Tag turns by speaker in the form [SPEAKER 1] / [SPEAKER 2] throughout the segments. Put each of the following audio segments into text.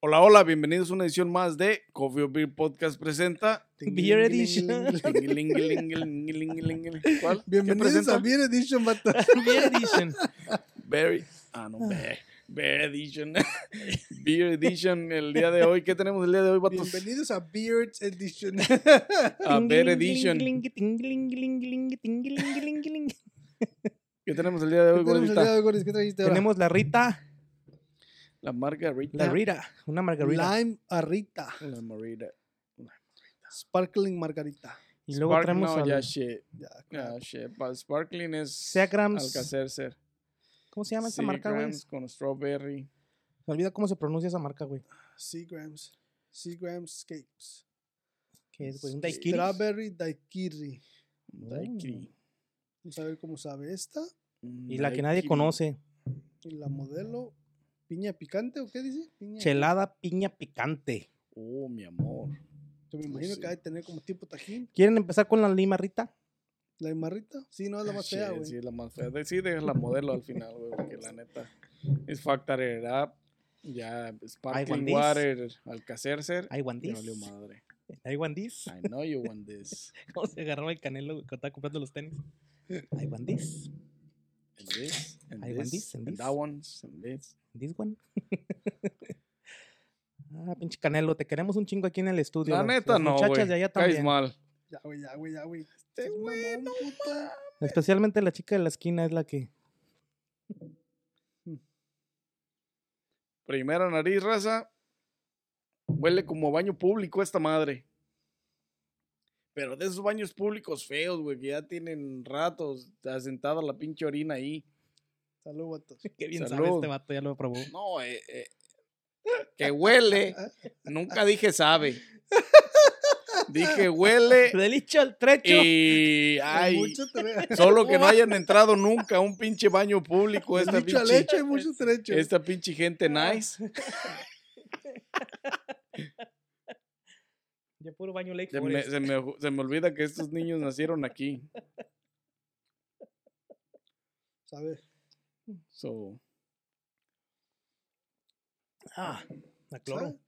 [SPEAKER 1] Hola, hola, bienvenidos a una edición más de Coffee or Beer Podcast presenta.
[SPEAKER 2] Beer Edition.
[SPEAKER 1] ¿Cuál? ¿Qué
[SPEAKER 3] Bienvenidos
[SPEAKER 1] presenta?
[SPEAKER 3] a Beer Edition, Bata.
[SPEAKER 2] Beer Edition.
[SPEAKER 1] Berry. Ah, no, Beer. Beer Edition. Beer Edition el día de hoy. ¿Qué tenemos el día de hoy, vatos?
[SPEAKER 3] Bienvenidos a Beard Edition.
[SPEAKER 1] A Beer Edition. ¿Qué tenemos el día de hoy,
[SPEAKER 3] Tenemos el
[SPEAKER 1] gordita?
[SPEAKER 3] día de Goris, ¿Qué trajiste ahora?
[SPEAKER 2] Tenemos la Rita.
[SPEAKER 1] La margarita.
[SPEAKER 2] La Rita. Una margarita.
[SPEAKER 3] Lime Arrita.
[SPEAKER 1] La margarita.
[SPEAKER 3] Sparkling Margarita.
[SPEAKER 2] Y luego
[SPEAKER 1] Spark-
[SPEAKER 2] traemos
[SPEAKER 1] no,
[SPEAKER 2] al-
[SPEAKER 1] ya, shit.
[SPEAKER 3] Ya,
[SPEAKER 1] Ya, shit. Pa- Sparkling es.
[SPEAKER 2] Sea Grams.
[SPEAKER 1] Alcacer ser.
[SPEAKER 2] ¿Cómo se llama esa marca, güey? Se
[SPEAKER 1] con strawberry.
[SPEAKER 2] me olvida cómo se pronuncia esa marca, güey.
[SPEAKER 3] Seagrams. Seagrams Cakes.
[SPEAKER 2] Que es, güey? Un daiquiri.
[SPEAKER 3] Strawberry Daiquiri.
[SPEAKER 2] Mm.
[SPEAKER 1] Daiquiri. Mm,
[SPEAKER 3] Vamos a ver cómo sabe esta.
[SPEAKER 2] Y la que nadie
[SPEAKER 1] Daiquiri.
[SPEAKER 2] conoce.
[SPEAKER 3] Y la modelo. Piña picante, ¿o qué dice? Piña.
[SPEAKER 2] Chelada piña picante.
[SPEAKER 1] Oh, mi amor.
[SPEAKER 3] Yo me imagino
[SPEAKER 1] sí.
[SPEAKER 3] que ha de tener como tipo tajín.
[SPEAKER 2] ¿Quieren empezar con la lima Rita?
[SPEAKER 3] La marrita. Sí, no es la más
[SPEAKER 1] Sí,
[SPEAKER 3] fea, güey.
[SPEAKER 1] Ah, Sí, es la más fea. De- Sí, dejas la modelo al final, güey, porque la neta es Factor It Up. Ya, Sparkling
[SPEAKER 2] this.
[SPEAKER 1] Water, Alcacercer.
[SPEAKER 2] I want
[SPEAKER 1] Me
[SPEAKER 2] this.
[SPEAKER 1] valió madre.
[SPEAKER 2] I want this.
[SPEAKER 1] I know you want this.
[SPEAKER 2] ¿Cómo se agarraba el canelo, güey, cuando estaba comprando los tenis? I want this.
[SPEAKER 1] And this, and
[SPEAKER 2] I
[SPEAKER 1] this,
[SPEAKER 2] want this, and
[SPEAKER 1] and
[SPEAKER 2] this.
[SPEAKER 1] that one, and this.
[SPEAKER 2] This one. ah, pinche Canelo, te queremos un chingo aquí en el estudio.
[SPEAKER 1] La
[SPEAKER 2] güey.
[SPEAKER 1] neta
[SPEAKER 2] Pues Las
[SPEAKER 1] no,
[SPEAKER 2] muchachas
[SPEAKER 1] güey.
[SPEAKER 2] de allá
[SPEAKER 1] Caes
[SPEAKER 2] también.
[SPEAKER 1] mal.
[SPEAKER 3] Ya, güey, ya, güey, ya, güey.
[SPEAKER 1] Este
[SPEAKER 3] Estás
[SPEAKER 1] güey,
[SPEAKER 3] mamón,
[SPEAKER 1] no
[SPEAKER 3] puta.
[SPEAKER 2] Especialmente la chica de la esquina es la que.
[SPEAKER 1] Primera nariz, raza. Huele como baño público esta madre. Pero de esos baños públicos feos, güey, que ya tienen ratos asentada la pinche orina ahí.
[SPEAKER 3] Salud, vatos.
[SPEAKER 2] Qué
[SPEAKER 1] bien sabe Salud. este
[SPEAKER 2] vato, ya lo probó.
[SPEAKER 1] No, eh, eh, que
[SPEAKER 3] Ah,
[SPEAKER 1] huele. Nunca dije sabe. Dije huele
[SPEAKER 2] Del dicho Eh, al trecho.
[SPEAKER 1] y
[SPEAKER 3] Hay
[SPEAKER 1] ay,
[SPEAKER 3] mucho tre-
[SPEAKER 1] solo que no hayan entrado nunca a un pinche baño público esta
[SPEAKER 3] Dicho al
[SPEAKER 1] pues, pinche,
[SPEAKER 3] hecho, hay mucho trecho.
[SPEAKER 1] esta pinche gente nice.
[SPEAKER 2] Ya puro baño Lake
[SPEAKER 1] Se me, se me- se me olvida que estos niños nacieron aquí.
[SPEAKER 3] ¿Sabes?
[SPEAKER 1] So,
[SPEAKER 2] Ah, la cloro.
[SPEAKER 3] ¿Sabe?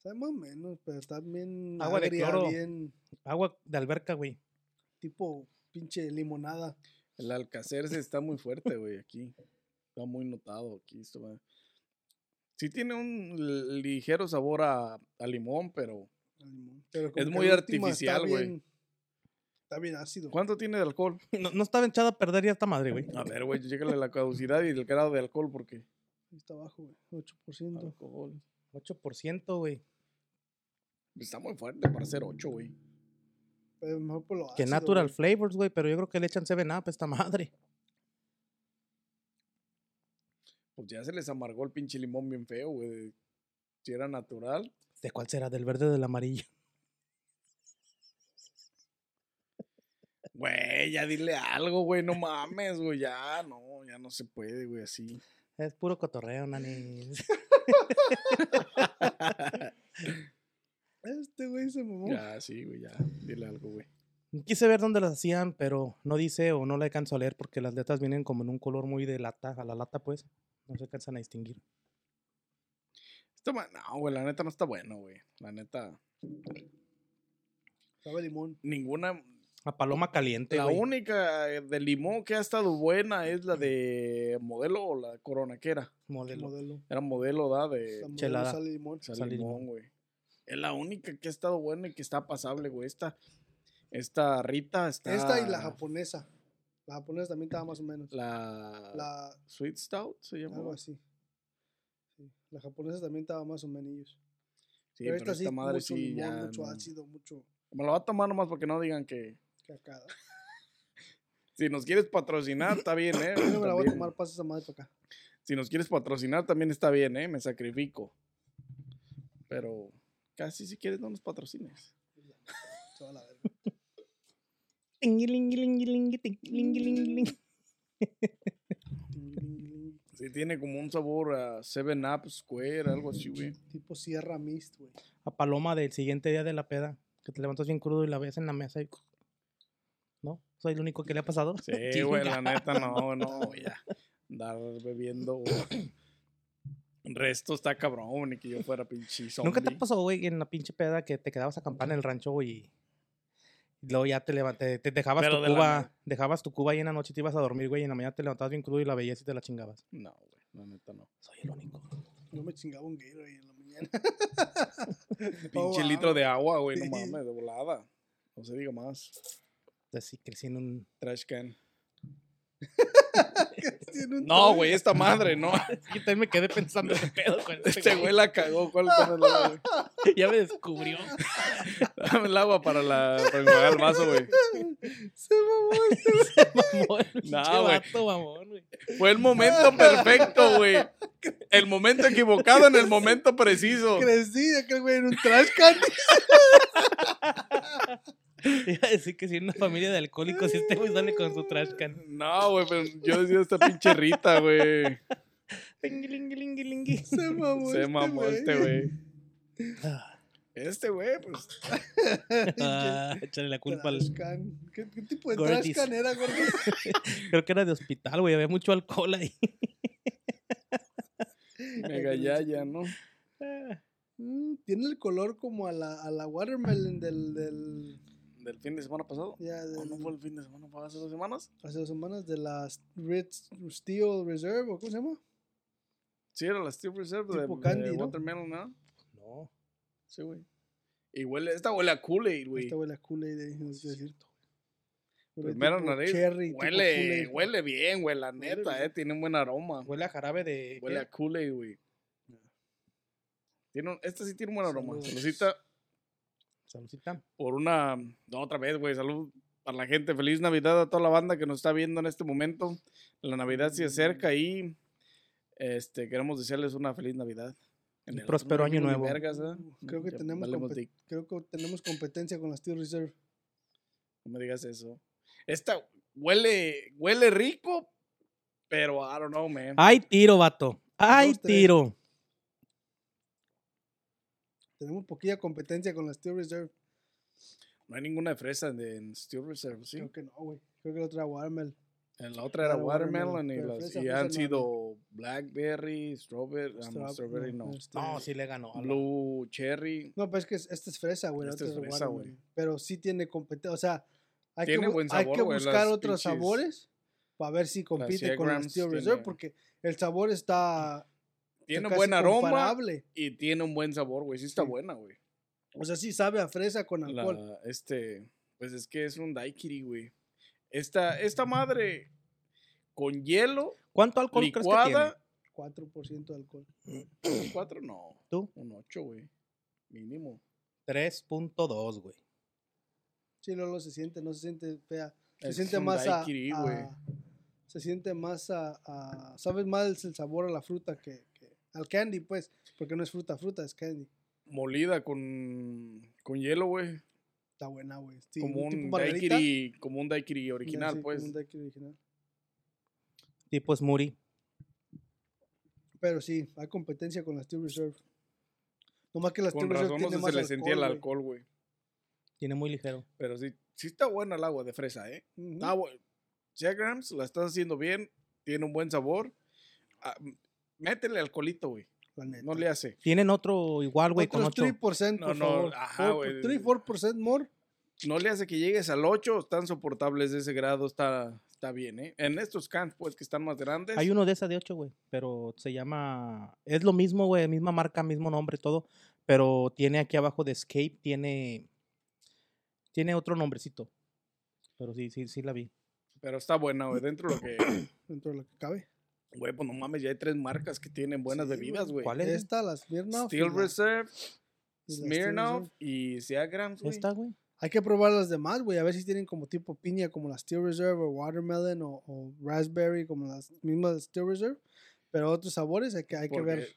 [SPEAKER 3] Sabe más o menos, pero está bien
[SPEAKER 2] Agua de
[SPEAKER 3] agria,
[SPEAKER 2] cloro.
[SPEAKER 3] bien
[SPEAKER 2] Agua de alberca, güey.
[SPEAKER 3] tipo pinche limonada.
[SPEAKER 1] el alcacer se está muy fuerte, güey, aquí. Está muy notado aquí. esto va- Sí tiene un l- ligero sabor a- a limón, pero...
[SPEAKER 3] el limón. Pero como
[SPEAKER 1] Es
[SPEAKER 3] que
[SPEAKER 1] muy
[SPEAKER 3] la última
[SPEAKER 1] artificial,
[SPEAKER 3] está
[SPEAKER 1] güey.
[SPEAKER 3] bien- Está bien ácido.
[SPEAKER 1] ¿Cuánto tiene de alcohol?
[SPEAKER 2] No, no estaba echada a perder ya esta madre, güey.
[SPEAKER 1] A ver, güey, llégale la caducidad y el grado de alcohol porque...
[SPEAKER 3] Ahí Está abajo, güey. 8%.
[SPEAKER 1] Alcohol.
[SPEAKER 2] 8%, güey.
[SPEAKER 1] Está muy fuerte para ser 8, güey.
[SPEAKER 3] Pero mejor por lo
[SPEAKER 1] Ah,
[SPEAKER 3] ácido.
[SPEAKER 2] Que natural
[SPEAKER 3] güey.
[SPEAKER 2] flavors, güey. Pero yo creo que le echan 7-up a esta madre.
[SPEAKER 1] Pues ya se les amargó el pinche limón bien feo, güey. Si era natural.
[SPEAKER 2] ¿De cuál será? ¿Del verde o del amarillo?
[SPEAKER 1] Güey, ya dile algo, güey. No mames, güey. Ya, no, ya no se puede, güey, así.
[SPEAKER 2] Es puro cotorreo, nani.
[SPEAKER 3] Este güey se mamó.
[SPEAKER 1] Ya, sí, güey, ya. Dile algo, güey.
[SPEAKER 2] Quise ver dónde las hacían, pero no dice o no la alcanzo a leer porque las letras vienen como en un color muy de lata, a la lata pues. No se alcanzan a distinguir.
[SPEAKER 1] Esta ma- no, güey, la neta no está bueno, güey. La neta.
[SPEAKER 3] Sabe a limón.
[SPEAKER 1] Ninguna.
[SPEAKER 2] A paloma caliente,
[SPEAKER 1] La
[SPEAKER 2] güey.
[SPEAKER 1] única eh, de limón que ha estado buena es la de modelo o la corona, que era.
[SPEAKER 3] El
[SPEAKER 2] Modelo.
[SPEAKER 3] modelo.
[SPEAKER 1] Era modelo, ¿da? De.
[SPEAKER 3] Está modelo,
[SPEAKER 2] Chelada.
[SPEAKER 3] Sale limón.
[SPEAKER 1] Sal
[SPEAKER 2] Sal y
[SPEAKER 1] limón, güey. Es la única que ha estado buena y que está pasable, güey. Esta, esta Rita está.
[SPEAKER 3] Esta y la japonesa. La japonesa también estaba más o menos.
[SPEAKER 1] Ah. La,
[SPEAKER 3] La
[SPEAKER 1] Sweet Stout se llama.
[SPEAKER 3] Algo así. Sí. La japonesa también estaba más o menos.
[SPEAKER 1] Sí,
[SPEAKER 3] pero
[SPEAKER 1] pero
[SPEAKER 3] esta sí,
[SPEAKER 1] esta madre
[SPEAKER 3] mucho
[SPEAKER 1] sí
[SPEAKER 3] limón,
[SPEAKER 1] ya.
[SPEAKER 3] mucho
[SPEAKER 1] no.
[SPEAKER 3] ácido, mucho
[SPEAKER 1] Me la va a tomar nomás porque no digan que.
[SPEAKER 3] cacada.
[SPEAKER 1] Si nos quieres patrocinar, está bien, ¿eh?
[SPEAKER 3] Yo no me la voy a
[SPEAKER 1] También.
[SPEAKER 3] tomar, pasa esa madre para acá.
[SPEAKER 1] Si nos quieres patrocinar también está bien, ¿eh? Me sacrifico. Pero casi si quieres no nos patrocines.
[SPEAKER 3] Se va a la verga.
[SPEAKER 2] Mm.
[SPEAKER 1] Sí, tiene como un sabor a Seven Up Square, algo así, güey.
[SPEAKER 3] Tipo Sierra Mist, güey.
[SPEAKER 2] A paloma del siguiente día de la peda. Que te levantas bien crudo y la ves en la mesa y... ¿No? ¿Soy el único que le ha pasado?
[SPEAKER 1] Sí, güey, la neta, no, no, güey, ya. Andar bebiendo güey. resto está cabrón, ni que yo fuera pinche zombie.
[SPEAKER 2] ¿Nunca te pasó, güey, en la pinche peda que te quedabas a acampar en el rancho, güey? y- Y luego ya te levanté, te dejabas
[SPEAKER 1] Pero
[SPEAKER 2] tu
[SPEAKER 1] de la
[SPEAKER 2] cuba,
[SPEAKER 1] nada.
[SPEAKER 2] dejabas tu cuba ahí en la noche y te ibas a dormir, güey, y en la mañana te levantabas bien crudo y la veías y te la chingabas.
[SPEAKER 1] No, güey, la neta no.
[SPEAKER 2] Soy el único.
[SPEAKER 3] Yo me chingaba un Gatorade en la mañana. Oh,
[SPEAKER 1] Pinche litro de agua, güey, no
[SPEAKER 3] Sí.
[SPEAKER 1] mames, de volada. No se diga más.
[SPEAKER 2] Así crecí en un...
[SPEAKER 1] Trash can.
[SPEAKER 3] Tiene un
[SPEAKER 1] No,
[SPEAKER 3] toy.
[SPEAKER 1] güey, esta madre, no.
[SPEAKER 2] Y también me quedé pensando qué pedo con
[SPEAKER 1] Este güey la cagó. ¿Cuál cuál es la, güey?
[SPEAKER 2] Ya me descubrió.
[SPEAKER 1] Dame el agua para, la, para enjuagar el vaso, güey.
[SPEAKER 3] Se mamó.
[SPEAKER 2] mamón. pinche
[SPEAKER 1] güey.
[SPEAKER 2] vato, mamón, güey.
[SPEAKER 1] Fue el momento perfecto, güey. El momento equivocado en el momento preciso.
[SPEAKER 3] Crecí de aquel güey en un trash can.
[SPEAKER 2] Iba a decir que si en una familia de alcohólicos, si este güey sale con su trash can.
[SPEAKER 1] No, güey, pero yo decía esta pinche Rita, güey.
[SPEAKER 2] Tingilinguilingui.
[SPEAKER 3] Se mamó.
[SPEAKER 1] Se mamó este güey.
[SPEAKER 2] Ah,
[SPEAKER 1] Este güey, pues.
[SPEAKER 2] ah, Échale la culpa al.
[SPEAKER 3] Trash can. ¿Qué, qué tipo de
[SPEAKER 2] Gordis.
[SPEAKER 3] trash can era, gordo?
[SPEAKER 2] Creo que era de hospital, güey. Había mucho alcohol ahí.
[SPEAKER 1] Mega yaya, ¿no?
[SPEAKER 3] Mm, tiene el color como a la, a la watermelon del. del
[SPEAKER 1] Del fin de semana pasado.
[SPEAKER 3] ya,
[SPEAKER 1] ¿O
[SPEAKER 3] del-
[SPEAKER 1] no fue el fin de semana? ¿Fue hace dos semanas?
[SPEAKER 3] hace dos semanas de la Red Steel Reserve, ¿o ¿cómo se llama?
[SPEAKER 1] Sí, era la Steel Reserve de,
[SPEAKER 3] Tipo
[SPEAKER 1] de
[SPEAKER 3] candy, ¿no?
[SPEAKER 1] Watermelon, ¿no?
[SPEAKER 2] No.
[SPEAKER 1] Sí, güey. Y huele, esta huele a Kool-Aid, güey.
[SPEAKER 3] Esta huele a Kool-Aid, eh, no sé si es cierto. Huele
[SPEAKER 1] Primera
[SPEAKER 3] tipo
[SPEAKER 1] nariz.
[SPEAKER 3] cherry, tipo
[SPEAKER 1] Huele,
[SPEAKER 3] Kool-Aid.
[SPEAKER 1] huele bien, güey, la
[SPEAKER 3] Huele
[SPEAKER 1] neta,
[SPEAKER 3] bien.
[SPEAKER 1] eh. Tiene un buen aroma.
[SPEAKER 2] Huele a jarabe de.
[SPEAKER 1] Huele a Kool-Aid, güey. Tiene un- Este sí tiene un buen aroma.
[SPEAKER 3] Saludos.
[SPEAKER 1] Saludcita
[SPEAKER 2] Saludcita.
[SPEAKER 1] por una. no, otra vez, güey. Salud para la gente. Feliz Navidad a toda la banda que nos está viendo en este momento. La Navidad se acerca y. Este, queremos desearles una feliz Navidad.
[SPEAKER 2] Y
[SPEAKER 1] el-
[SPEAKER 2] próspero
[SPEAKER 1] no
[SPEAKER 2] año
[SPEAKER 1] digo ni
[SPEAKER 2] nuevo.
[SPEAKER 1] vergas, ¿eh?
[SPEAKER 3] Mm, Creo que
[SPEAKER 1] Ya
[SPEAKER 3] tenemos
[SPEAKER 1] valemos
[SPEAKER 3] compet-
[SPEAKER 1] dick.
[SPEAKER 3] Creo que tenemos competencia con la Steel Reserve.
[SPEAKER 1] No me digas eso. Esta huele, huele rico, pero I don't know, man.
[SPEAKER 2] ¡Ay, tiro, vato! ¡Ay,
[SPEAKER 3] Dos, tres.
[SPEAKER 2] tiro!
[SPEAKER 3] Tenemos poquilla competencia con la Steel Reserve.
[SPEAKER 1] No hay ninguna de fresa de- en Steel Reserve, ¿sí?
[SPEAKER 3] Creo que no, güey. Creo que la otra era watermelon.
[SPEAKER 1] En la otra era
[SPEAKER 3] Era watermelon,
[SPEAKER 1] watermelon y,
[SPEAKER 3] pero
[SPEAKER 1] las,
[SPEAKER 3] fresa,
[SPEAKER 1] y
[SPEAKER 3] fresa
[SPEAKER 1] han
[SPEAKER 3] no
[SPEAKER 1] sido blackberry, strawberry, um,
[SPEAKER 3] Stra-
[SPEAKER 1] strawberry no,
[SPEAKER 3] este-
[SPEAKER 2] No, sí le ganó. a la-
[SPEAKER 1] blue cherry.
[SPEAKER 3] No, pero es que es- esta es fresa, güey. la
[SPEAKER 1] Esta
[SPEAKER 3] otra
[SPEAKER 1] es
[SPEAKER 3] es
[SPEAKER 1] fresa, güey.
[SPEAKER 3] watermelon. Pero sí tiene competencia. O sea, hay,
[SPEAKER 1] Tiene
[SPEAKER 3] que, bu-
[SPEAKER 1] buen
[SPEAKER 3] hay
[SPEAKER 1] sabor,
[SPEAKER 3] que
[SPEAKER 1] güey,
[SPEAKER 3] buscar
[SPEAKER 1] las
[SPEAKER 3] otros
[SPEAKER 1] pinches-
[SPEAKER 3] sabores para ver si compite con la
[SPEAKER 1] Seagrams
[SPEAKER 3] Steel Reserve.
[SPEAKER 1] tiene-
[SPEAKER 3] Porque el sabor está.
[SPEAKER 1] Tiene
[SPEAKER 3] casi
[SPEAKER 1] buen aroma
[SPEAKER 3] comparable.
[SPEAKER 1] y tiene un buen sabor, güey. Sí está
[SPEAKER 3] Sí.
[SPEAKER 1] buena, güey.
[SPEAKER 3] O sea, sí sabe a fresa con alcohol.
[SPEAKER 1] La, este, pues es que es un daiquiri, güey. Esta, esta madre con hielo,
[SPEAKER 2] ¿Cuánto alcohol crees que tiene?
[SPEAKER 1] licuada,
[SPEAKER 3] 4% de alcohol.
[SPEAKER 1] un cuatro no,
[SPEAKER 2] ¿Tú?
[SPEAKER 1] un ocho, güey, mínimo.
[SPEAKER 2] 3.2, güey.
[SPEAKER 3] Sí, Lolo se siente, no se siente fea. Se
[SPEAKER 1] Es
[SPEAKER 3] siente
[SPEAKER 1] un
[SPEAKER 3] más a,
[SPEAKER 1] daiquiri,
[SPEAKER 3] a-
[SPEAKER 1] güey.
[SPEAKER 3] Se siente más a, a- Sabes más el sabor a la fruta que, que- Al candy, pues. Porque no es fruta, fruta, es candy.
[SPEAKER 1] Molida con, con hielo, güey.
[SPEAKER 3] Está buena, güey. Sí,
[SPEAKER 1] como
[SPEAKER 3] tipo
[SPEAKER 1] un
[SPEAKER 3] margarita.
[SPEAKER 1] daiquiri, como un daiquiri
[SPEAKER 3] Ya,
[SPEAKER 1] original,
[SPEAKER 3] sí, como
[SPEAKER 1] pues.
[SPEAKER 3] un daiquiri original.
[SPEAKER 2] Tipo smoothie.
[SPEAKER 3] Pero sí, hay competencia con la Steel Reserve. Nomás que la Steel
[SPEAKER 1] Con
[SPEAKER 3] Reserve
[SPEAKER 1] razón no
[SPEAKER 3] tiene
[SPEAKER 1] sé si
[SPEAKER 3] más
[SPEAKER 1] le sentía el
[SPEAKER 3] güey.
[SPEAKER 1] alcohol, güey.
[SPEAKER 2] Tiene muy ligero.
[SPEAKER 1] Pero sí, sí está buena el agua de fresa, ¿eh?
[SPEAKER 3] Ujú.
[SPEAKER 1] Está bu- Seagrams, la estás haciendo bien, tiene un buen sabor. Ah, m- métele alcoholito, güey.
[SPEAKER 3] La neta.
[SPEAKER 1] No le hace.
[SPEAKER 2] Tienen otro igual, güey, con
[SPEAKER 3] Otros
[SPEAKER 2] 8.
[SPEAKER 3] 3%,
[SPEAKER 1] No,
[SPEAKER 3] por
[SPEAKER 1] no,
[SPEAKER 3] favor.
[SPEAKER 1] ajá,
[SPEAKER 3] Four-
[SPEAKER 1] güey.
[SPEAKER 3] 3, 4% more.
[SPEAKER 1] No le hace que llegues al 8, están soportables de ese grado, está, está bien, ¿eh? En estos cans, pues, que están más grandes.
[SPEAKER 2] Hay uno de esa de 8, güey, pero se llama... Es lo mismo, güey, misma marca, mismo nombre, todo, pero tiene aquí abajo de Escape, tiene... Tiene otro nombrecito. Pero sí, sí, sí la vi.
[SPEAKER 1] Pero está buena, güey. Dentro de lo que.
[SPEAKER 3] Dentro de lo que cabe.
[SPEAKER 1] Güey, pues no mames, ya hay tres marcas que tienen buenas
[SPEAKER 3] Sí,
[SPEAKER 1] bebidas, güey.
[SPEAKER 2] ¿Cuál es?
[SPEAKER 3] Esta, la Smirnoff. y
[SPEAKER 1] Steel
[SPEAKER 3] la-
[SPEAKER 1] Reserve,
[SPEAKER 3] y la Steel
[SPEAKER 1] Smirnoff
[SPEAKER 3] Reserve.
[SPEAKER 1] y Seagrams, güey.
[SPEAKER 2] ¿Esta, güey?
[SPEAKER 3] Pues, Hay que probar las demás, güey. A ver si tienen como tipo piña, como la Steel Reserve, o watermelon, o, o raspberry, como las mismas Steel Reserve. Pero otros sabores hay que, hay que
[SPEAKER 1] Porque
[SPEAKER 3] ver.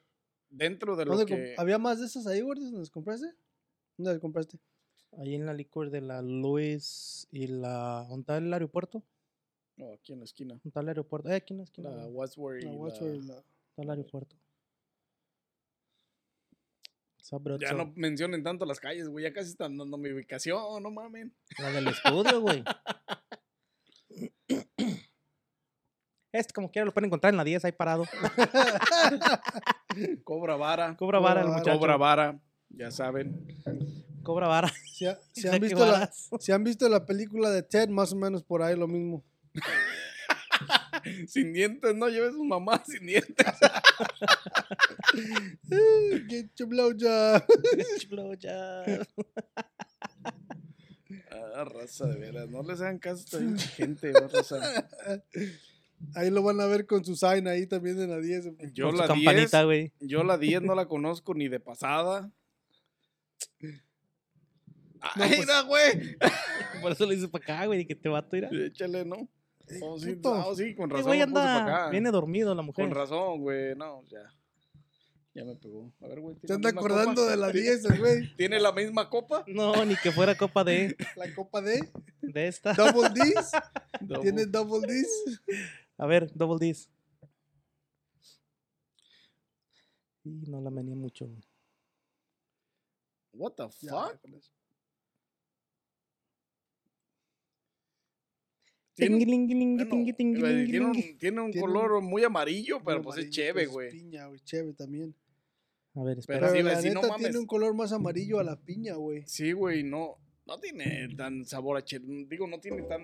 [SPEAKER 1] Dentro de lo
[SPEAKER 3] ¿Dónde comp-
[SPEAKER 1] que.
[SPEAKER 3] ¿Había más de esas ahí, gordos, donde las compraste? ¿Dónde las compraste?
[SPEAKER 2] Ahí en la licor de la Luis y la. ¿Dónde está el aeropuerto?
[SPEAKER 1] No, aquí en la esquina.
[SPEAKER 2] ¿Dónde está el aeropuerto? Eh, ¿quién es? ¿Quién es?
[SPEAKER 1] La
[SPEAKER 2] ¿Dónde
[SPEAKER 1] Wadsworth y
[SPEAKER 3] Mm. La
[SPEAKER 1] la-
[SPEAKER 3] Wadsworth, la-
[SPEAKER 2] está el aeropuerto? Sabroso.
[SPEAKER 1] Ya no mencionen tanto las calles, güey. Ya casi están dando mi ubicación, no mamen.
[SPEAKER 2] La del estudio, güey. Este, como quiera, lo pueden encontrar en la 10, ahí parado.
[SPEAKER 1] Cobra vara.
[SPEAKER 2] Cobra vara el
[SPEAKER 3] Cobra
[SPEAKER 2] muchacho.
[SPEAKER 1] Cobra vara. Ya saben.
[SPEAKER 2] Cobra vara.
[SPEAKER 3] Si, ha- si
[SPEAKER 2] Saque
[SPEAKER 3] han visto la,
[SPEAKER 2] varas.
[SPEAKER 3] si han visto la película de Ted, más o menos por ahí lo mismo.
[SPEAKER 1] Sin dientes, no lleves un mamá sin dientes.
[SPEAKER 3] Eh, Get your blowjob.
[SPEAKER 2] Chulo, ya.
[SPEAKER 1] Ah, raza, de veras. No les hagan caso a esta pinche gente, va, raza.
[SPEAKER 3] Ahí lo van a ver con su sign ahí también en la 10.
[SPEAKER 1] Yo
[SPEAKER 2] Con su
[SPEAKER 1] la 10.
[SPEAKER 2] campanita, güey.
[SPEAKER 1] Yo la 10 no la conozco ni de pasada.
[SPEAKER 3] No,
[SPEAKER 1] Ay,
[SPEAKER 3] pues-
[SPEAKER 1] mira, güey.
[SPEAKER 2] Por eso le dices para acá, güey, que te va a tirar.
[SPEAKER 1] Échale, ¿no? Oh, sí,
[SPEAKER 3] puto.
[SPEAKER 1] ah, sí, con
[SPEAKER 2] Eh,
[SPEAKER 1] razón.
[SPEAKER 2] güey,
[SPEAKER 1] me puse pa'
[SPEAKER 2] anda.
[SPEAKER 1] acá.
[SPEAKER 2] Viene dormido la mujer.
[SPEAKER 1] Con razón, güey. No, ya. Ya me pegó. A ver, güey. ¿tiene la
[SPEAKER 3] Se anda
[SPEAKER 1] misma
[SPEAKER 3] acordando
[SPEAKER 1] copa?
[SPEAKER 3] de la
[SPEAKER 1] ¿Tiene-
[SPEAKER 3] 10, el güey.
[SPEAKER 1] ¿Tiene la misma copa?
[SPEAKER 2] No, ni que fuera copa de,
[SPEAKER 3] La copa D.
[SPEAKER 2] de esta.
[SPEAKER 3] Double D's. Tiene
[SPEAKER 1] Tiene-
[SPEAKER 3] double D's.
[SPEAKER 2] A ver, double D's. Y no la venía mucho. güey.
[SPEAKER 1] What the
[SPEAKER 3] Ya,
[SPEAKER 1] fuck?
[SPEAKER 3] con eso.
[SPEAKER 1] Tiene,
[SPEAKER 2] Tingilingilingi,
[SPEAKER 1] bueno,
[SPEAKER 2] tingui, tingui,
[SPEAKER 1] güey, tiene
[SPEAKER 2] lingilingi.
[SPEAKER 1] un, tiene un
[SPEAKER 3] Tiene
[SPEAKER 1] color muy amarillo, pero
[SPEAKER 3] Muy
[SPEAKER 1] pues
[SPEAKER 3] amarillo,
[SPEAKER 1] es chévere,
[SPEAKER 3] pues,
[SPEAKER 1] güey.
[SPEAKER 3] Piña, güey, chévere también.
[SPEAKER 2] A ver,
[SPEAKER 1] Pero
[SPEAKER 2] espera.
[SPEAKER 3] Pero
[SPEAKER 1] sí,
[SPEAKER 3] la
[SPEAKER 1] güey, sí, no
[SPEAKER 3] neta
[SPEAKER 1] mames.
[SPEAKER 3] tiene un color más amarillo a la piña, güey.
[SPEAKER 1] Sí, güey, no, no tiene tan sabor a chel... Digo, no tiene tan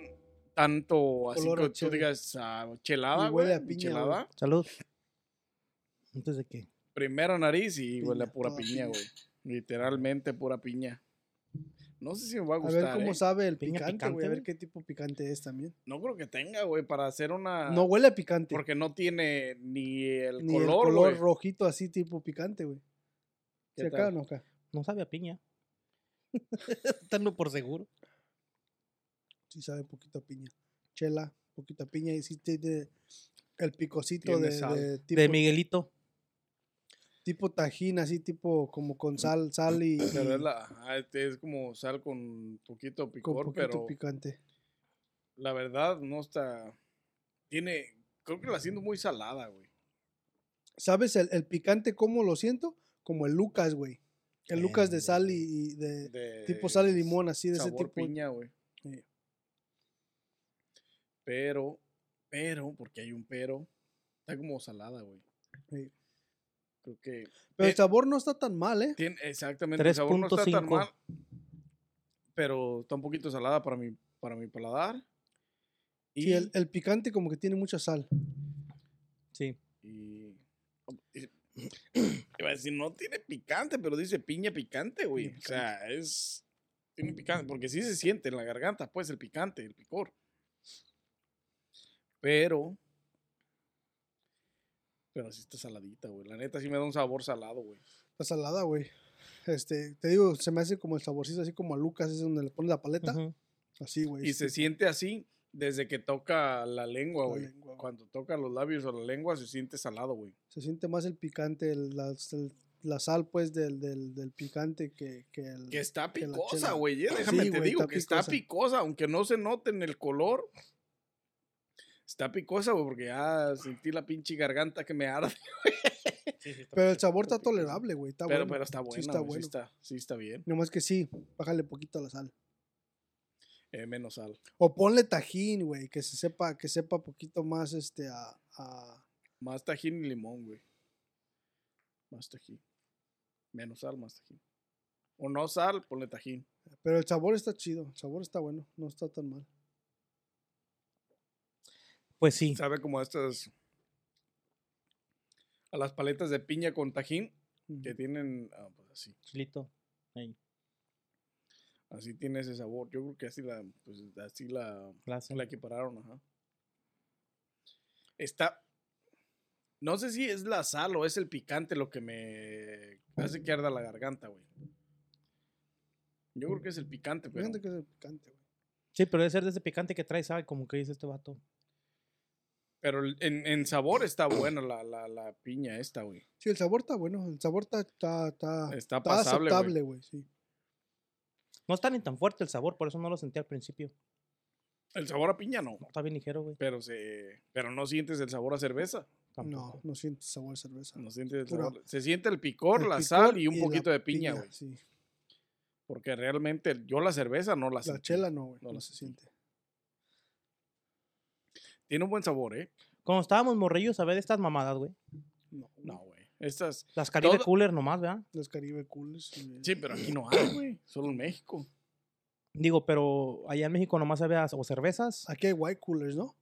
[SPEAKER 1] tanto así
[SPEAKER 3] Color a
[SPEAKER 1] que tú
[SPEAKER 3] chela.
[SPEAKER 1] digas ah, chelada,
[SPEAKER 3] Y huele
[SPEAKER 1] güey.
[SPEAKER 3] a piña,
[SPEAKER 1] chelada.
[SPEAKER 3] güey.
[SPEAKER 2] Salud. Antes de que.
[SPEAKER 1] Primera nariz y huele a
[SPEAKER 3] Piña,
[SPEAKER 1] pura
[SPEAKER 3] toda
[SPEAKER 1] piña,
[SPEAKER 3] piña.
[SPEAKER 1] güey. Literalmente pura piña. No sé si me va a
[SPEAKER 3] A
[SPEAKER 1] gustar.
[SPEAKER 3] ver cómo
[SPEAKER 1] ¿eh?
[SPEAKER 3] sabe el
[SPEAKER 2] Piña
[SPEAKER 3] picante, güey.
[SPEAKER 2] picante,
[SPEAKER 3] A ver
[SPEAKER 2] güey.
[SPEAKER 3] qué tipo picante es también.
[SPEAKER 1] No creo que tenga, güey, para hacer una.
[SPEAKER 3] No huele a picante.
[SPEAKER 1] Ah, Porque no tiene ni el
[SPEAKER 3] ni
[SPEAKER 1] color,
[SPEAKER 3] el color
[SPEAKER 1] güey.
[SPEAKER 3] rojito así tipo picante, güey.
[SPEAKER 1] ¿Qué
[SPEAKER 3] ¿Se acá o
[SPEAKER 1] tal?
[SPEAKER 3] no acá?
[SPEAKER 2] No sabe a piña. Tenlo por seguro.
[SPEAKER 3] Sí sabe poquito a piña. Chela, poquito a piña. Y sí tiene el picocito
[SPEAKER 1] Tiene
[SPEAKER 3] de,
[SPEAKER 1] sal.
[SPEAKER 3] de tipo,
[SPEAKER 2] De Miguelito.
[SPEAKER 3] tipo tajín, así tipo como con sal, sal y,
[SPEAKER 1] Pero es,
[SPEAKER 3] y
[SPEAKER 1] Mm. la- ajá, este es como sal con poquito
[SPEAKER 3] con
[SPEAKER 1] picor,
[SPEAKER 3] poquito
[SPEAKER 1] pero
[SPEAKER 3] picante.
[SPEAKER 1] la verdad no está. Tiene. Creo que la siento muy salada, güey.
[SPEAKER 3] ¿Sabes el, el picante cómo lo siento? Como el Lucas, güey. El Lucas de sal y, y de,
[SPEAKER 1] Eh, De
[SPEAKER 3] tipo sal y limón, así de ese
[SPEAKER 1] sabor
[SPEAKER 3] tipo.
[SPEAKER 1] piña, güey.
[SPEAKER 3] Sí.
[SPEAKER 1] Pero, pero, porque hay un pero, está como salada, güey.
[SPEAKER 3] Sí.
[SPEAKER 1] Creo que
[SPEAKER 3] Pero
[SPEAKER 1] Eh,
[SPEAKER 3] el sabor no está tan mal, ¿eh?
[SPEAKER 1] tiene exactamente el sabor no está tan
[SPEAKER 2] 3.5.
[SPEAKER 1] mal, pero está un poquito salada para mi para mi paladar. Y,
[SPEAKER 3] Sí, el, el picante como que tiene mucha sal.
[SPEAKER 2] Sí.
[SPEAKER 1] y- y- iba a decir no tiene picante, pero dice piña picante, güey.
[SPEAKER 3] Piña
[SPEAKER 1] O sea, es tiene picante porque sí se siente en la garganta, pues el picante, el picor. Pero pero sí está saladita, güey. La neta sí me da un sabor salado, güey.
[SPEAKER 3] La salada, güey. Este, te digo, se me hace como el saborcito, así como a Lucas, es donde le pones la paleta.
[SPEAKER 2] Ujú.
[SPEAKER 3] Así, güey.
[SPEAKER 1] Y se siente así desde que toca la lengua,
[SPEAKER 3] La
[SPEAKER 1] güey.
[SPEAKER 3] lengua, güey.
[SPEAKER 1] Cuando toca los labios o la lengua se siente salado, güey.
[SPEAKER 3] Se siente más el picante, el- la, el- la sal, pues, del, del, del picante que, que el...
[SPEAKER 1] Que está
[SPEAKER 3] que la
[SPEAKER 1] picosa,
[SPEAKER 3] chela.
[SPEAKER 1] güey. eh,
[SPEAKER 3] Sí,
[SPEAKER 1] Déjame te
[SPEAKER 3] güey,
[SPEAKER 1] digo
[SPEAKER 3] está
[SPEAKER 1] que está
[SPEAKER 3] picosa.
[SPEAKER 1] picosa, aunque no se note en el color. Está picosa, güey, porque ya sentí la pinche garganta que me arde.
[SPEAKER 3] pero el sabor está
[SPEAKER 1] picosa.
[SPEAKER 3] tolerable, güey. Está
[SPEAKER 1] pero,
[SPEAKER 3] bueno.
[SPEAKER 1] pero está buena,
[SPEAKER 3] Sí
[SPEAKER 1] güey, sí
[SPEAKER 3] está
[SPEAKER 1] está,
[SPEAKER 3] bueno.
[SPEAKER 1] sí, está, bien.
[SPEAKER 3] Nomás que sí, bájale poquito a la sal.
[SPEAKER 1] Eh, menos sal,
[SPEAKER 3] O ponle tajín, güey, que se sepa, que sepa poquito más, este, a... a-
[SPEAKER 1] más tajín y limón, güey. Más tajín. Menos sal, más tajín. O no sal, ponle tajín.
[SPEAKER 3] Pero el sabor está chido, el sabor está bueno, no está tan mal.
[SPEAKER 2] Pues sí.
[SPEAKER 1] Sabe como a estas. A las paletas de piña con tajín
[SPEAKER 3] Ujú.
[SPEAKER 1] que tienen. ah, pues así.
[SPEAKER 2] Chilito. Ahí.
[SPEAKER 1] Así tiene ese sabor. Yo creo que así la. Pues así la.
[SPEAKER 2] La
[SPEAKER 1] La
[SPEAKER 2] hacen.
[SPEAKER 1] equipararon, ajá. Está. No sé si es la sal o es el picante lo que me hace que arda la garganta, güey. Yo creo que es el picante, pero.
[SPEAKER 3] Fíjate que es el picante, güey.
[SPEAKER 2] Sí, pero debe ser de ese picante que trae, ¿sabe? Como que dice este vato.
[SPEAKER 1] Pero el- en, en sabor está buena la, la, la piña esta, güey.
[SPEAKER 3] Sí, el sabor está bueno. El sabor está, está, está,
[SPEAKER 1] Está
[SPEAKER 3] Ah, está
[SPEAKER 1] pasable, güey.
[SPEAKER 3] aceptable, güey. Sí.
[SPEAKER 2] No está ni tan fuerte el sabor, por eso no lo sentí al principio.
[SPEAKER 1] El sabor a piña no,
[SPEAKER 2] No, está bien ligero, güey.
[SPEAKER 1] pero se pero no sientes el sabor a cerveza.
[SPEAKER 2] Tampoco.
[SPEAKER 3] No, no sientes sabor de cerveza.
[SPEAKER 1] No sientes el
[SPEAKER 3] Pura-
[SPEAKER 1] sabor. Se siente el picor,
[SPEAKER 3] El
[SPEAKER 1] la
[SPEAKER 3] picor
[SPEAKER 1] sal y un
[SPEAKER 3] la
[SPEAKER 1] poquito de piña, güey.
[SPEAKER 3] Sí.
[SPEAKER 1] Porque realmente el- yo la cerveza no la
[SPEAKER 3] La
[SPEAKER 1] sentí.
[SPEAKER 3] chela no, güey.
[SPEAKER 1] No
[SPEAKER 3] No,
[SPEAKER 1] la
[SPEAKER 3] se
[SPEAKER 1] sentí.
[SPEAKER 3] siente.
[SPEAKER 1] Tiene un buen sabor, ¿eh?
[SPEAKER 2] Cuando estábamos morrillos, a ver estas mamadas, güey.
[SPEAKER 3] No,
[SPEAKER 1] No, güey. Estas.
[SPEAKER 2] Las Caribe
[SPEAKER 1] Todo-
[SPEAKER 2] Cooler nomás, ¿verdad?
[SPEAKER 3] Los Caribe Coolers. eh, y-
[SPEAKER 1] Sí, pero aquí no hay, güey. Solo en México.
[SPEAKER 2] Digo, pero allá en México nomás había o cervezas.
[SPEAKER 3] Aquí hay White Coolers, ¿no?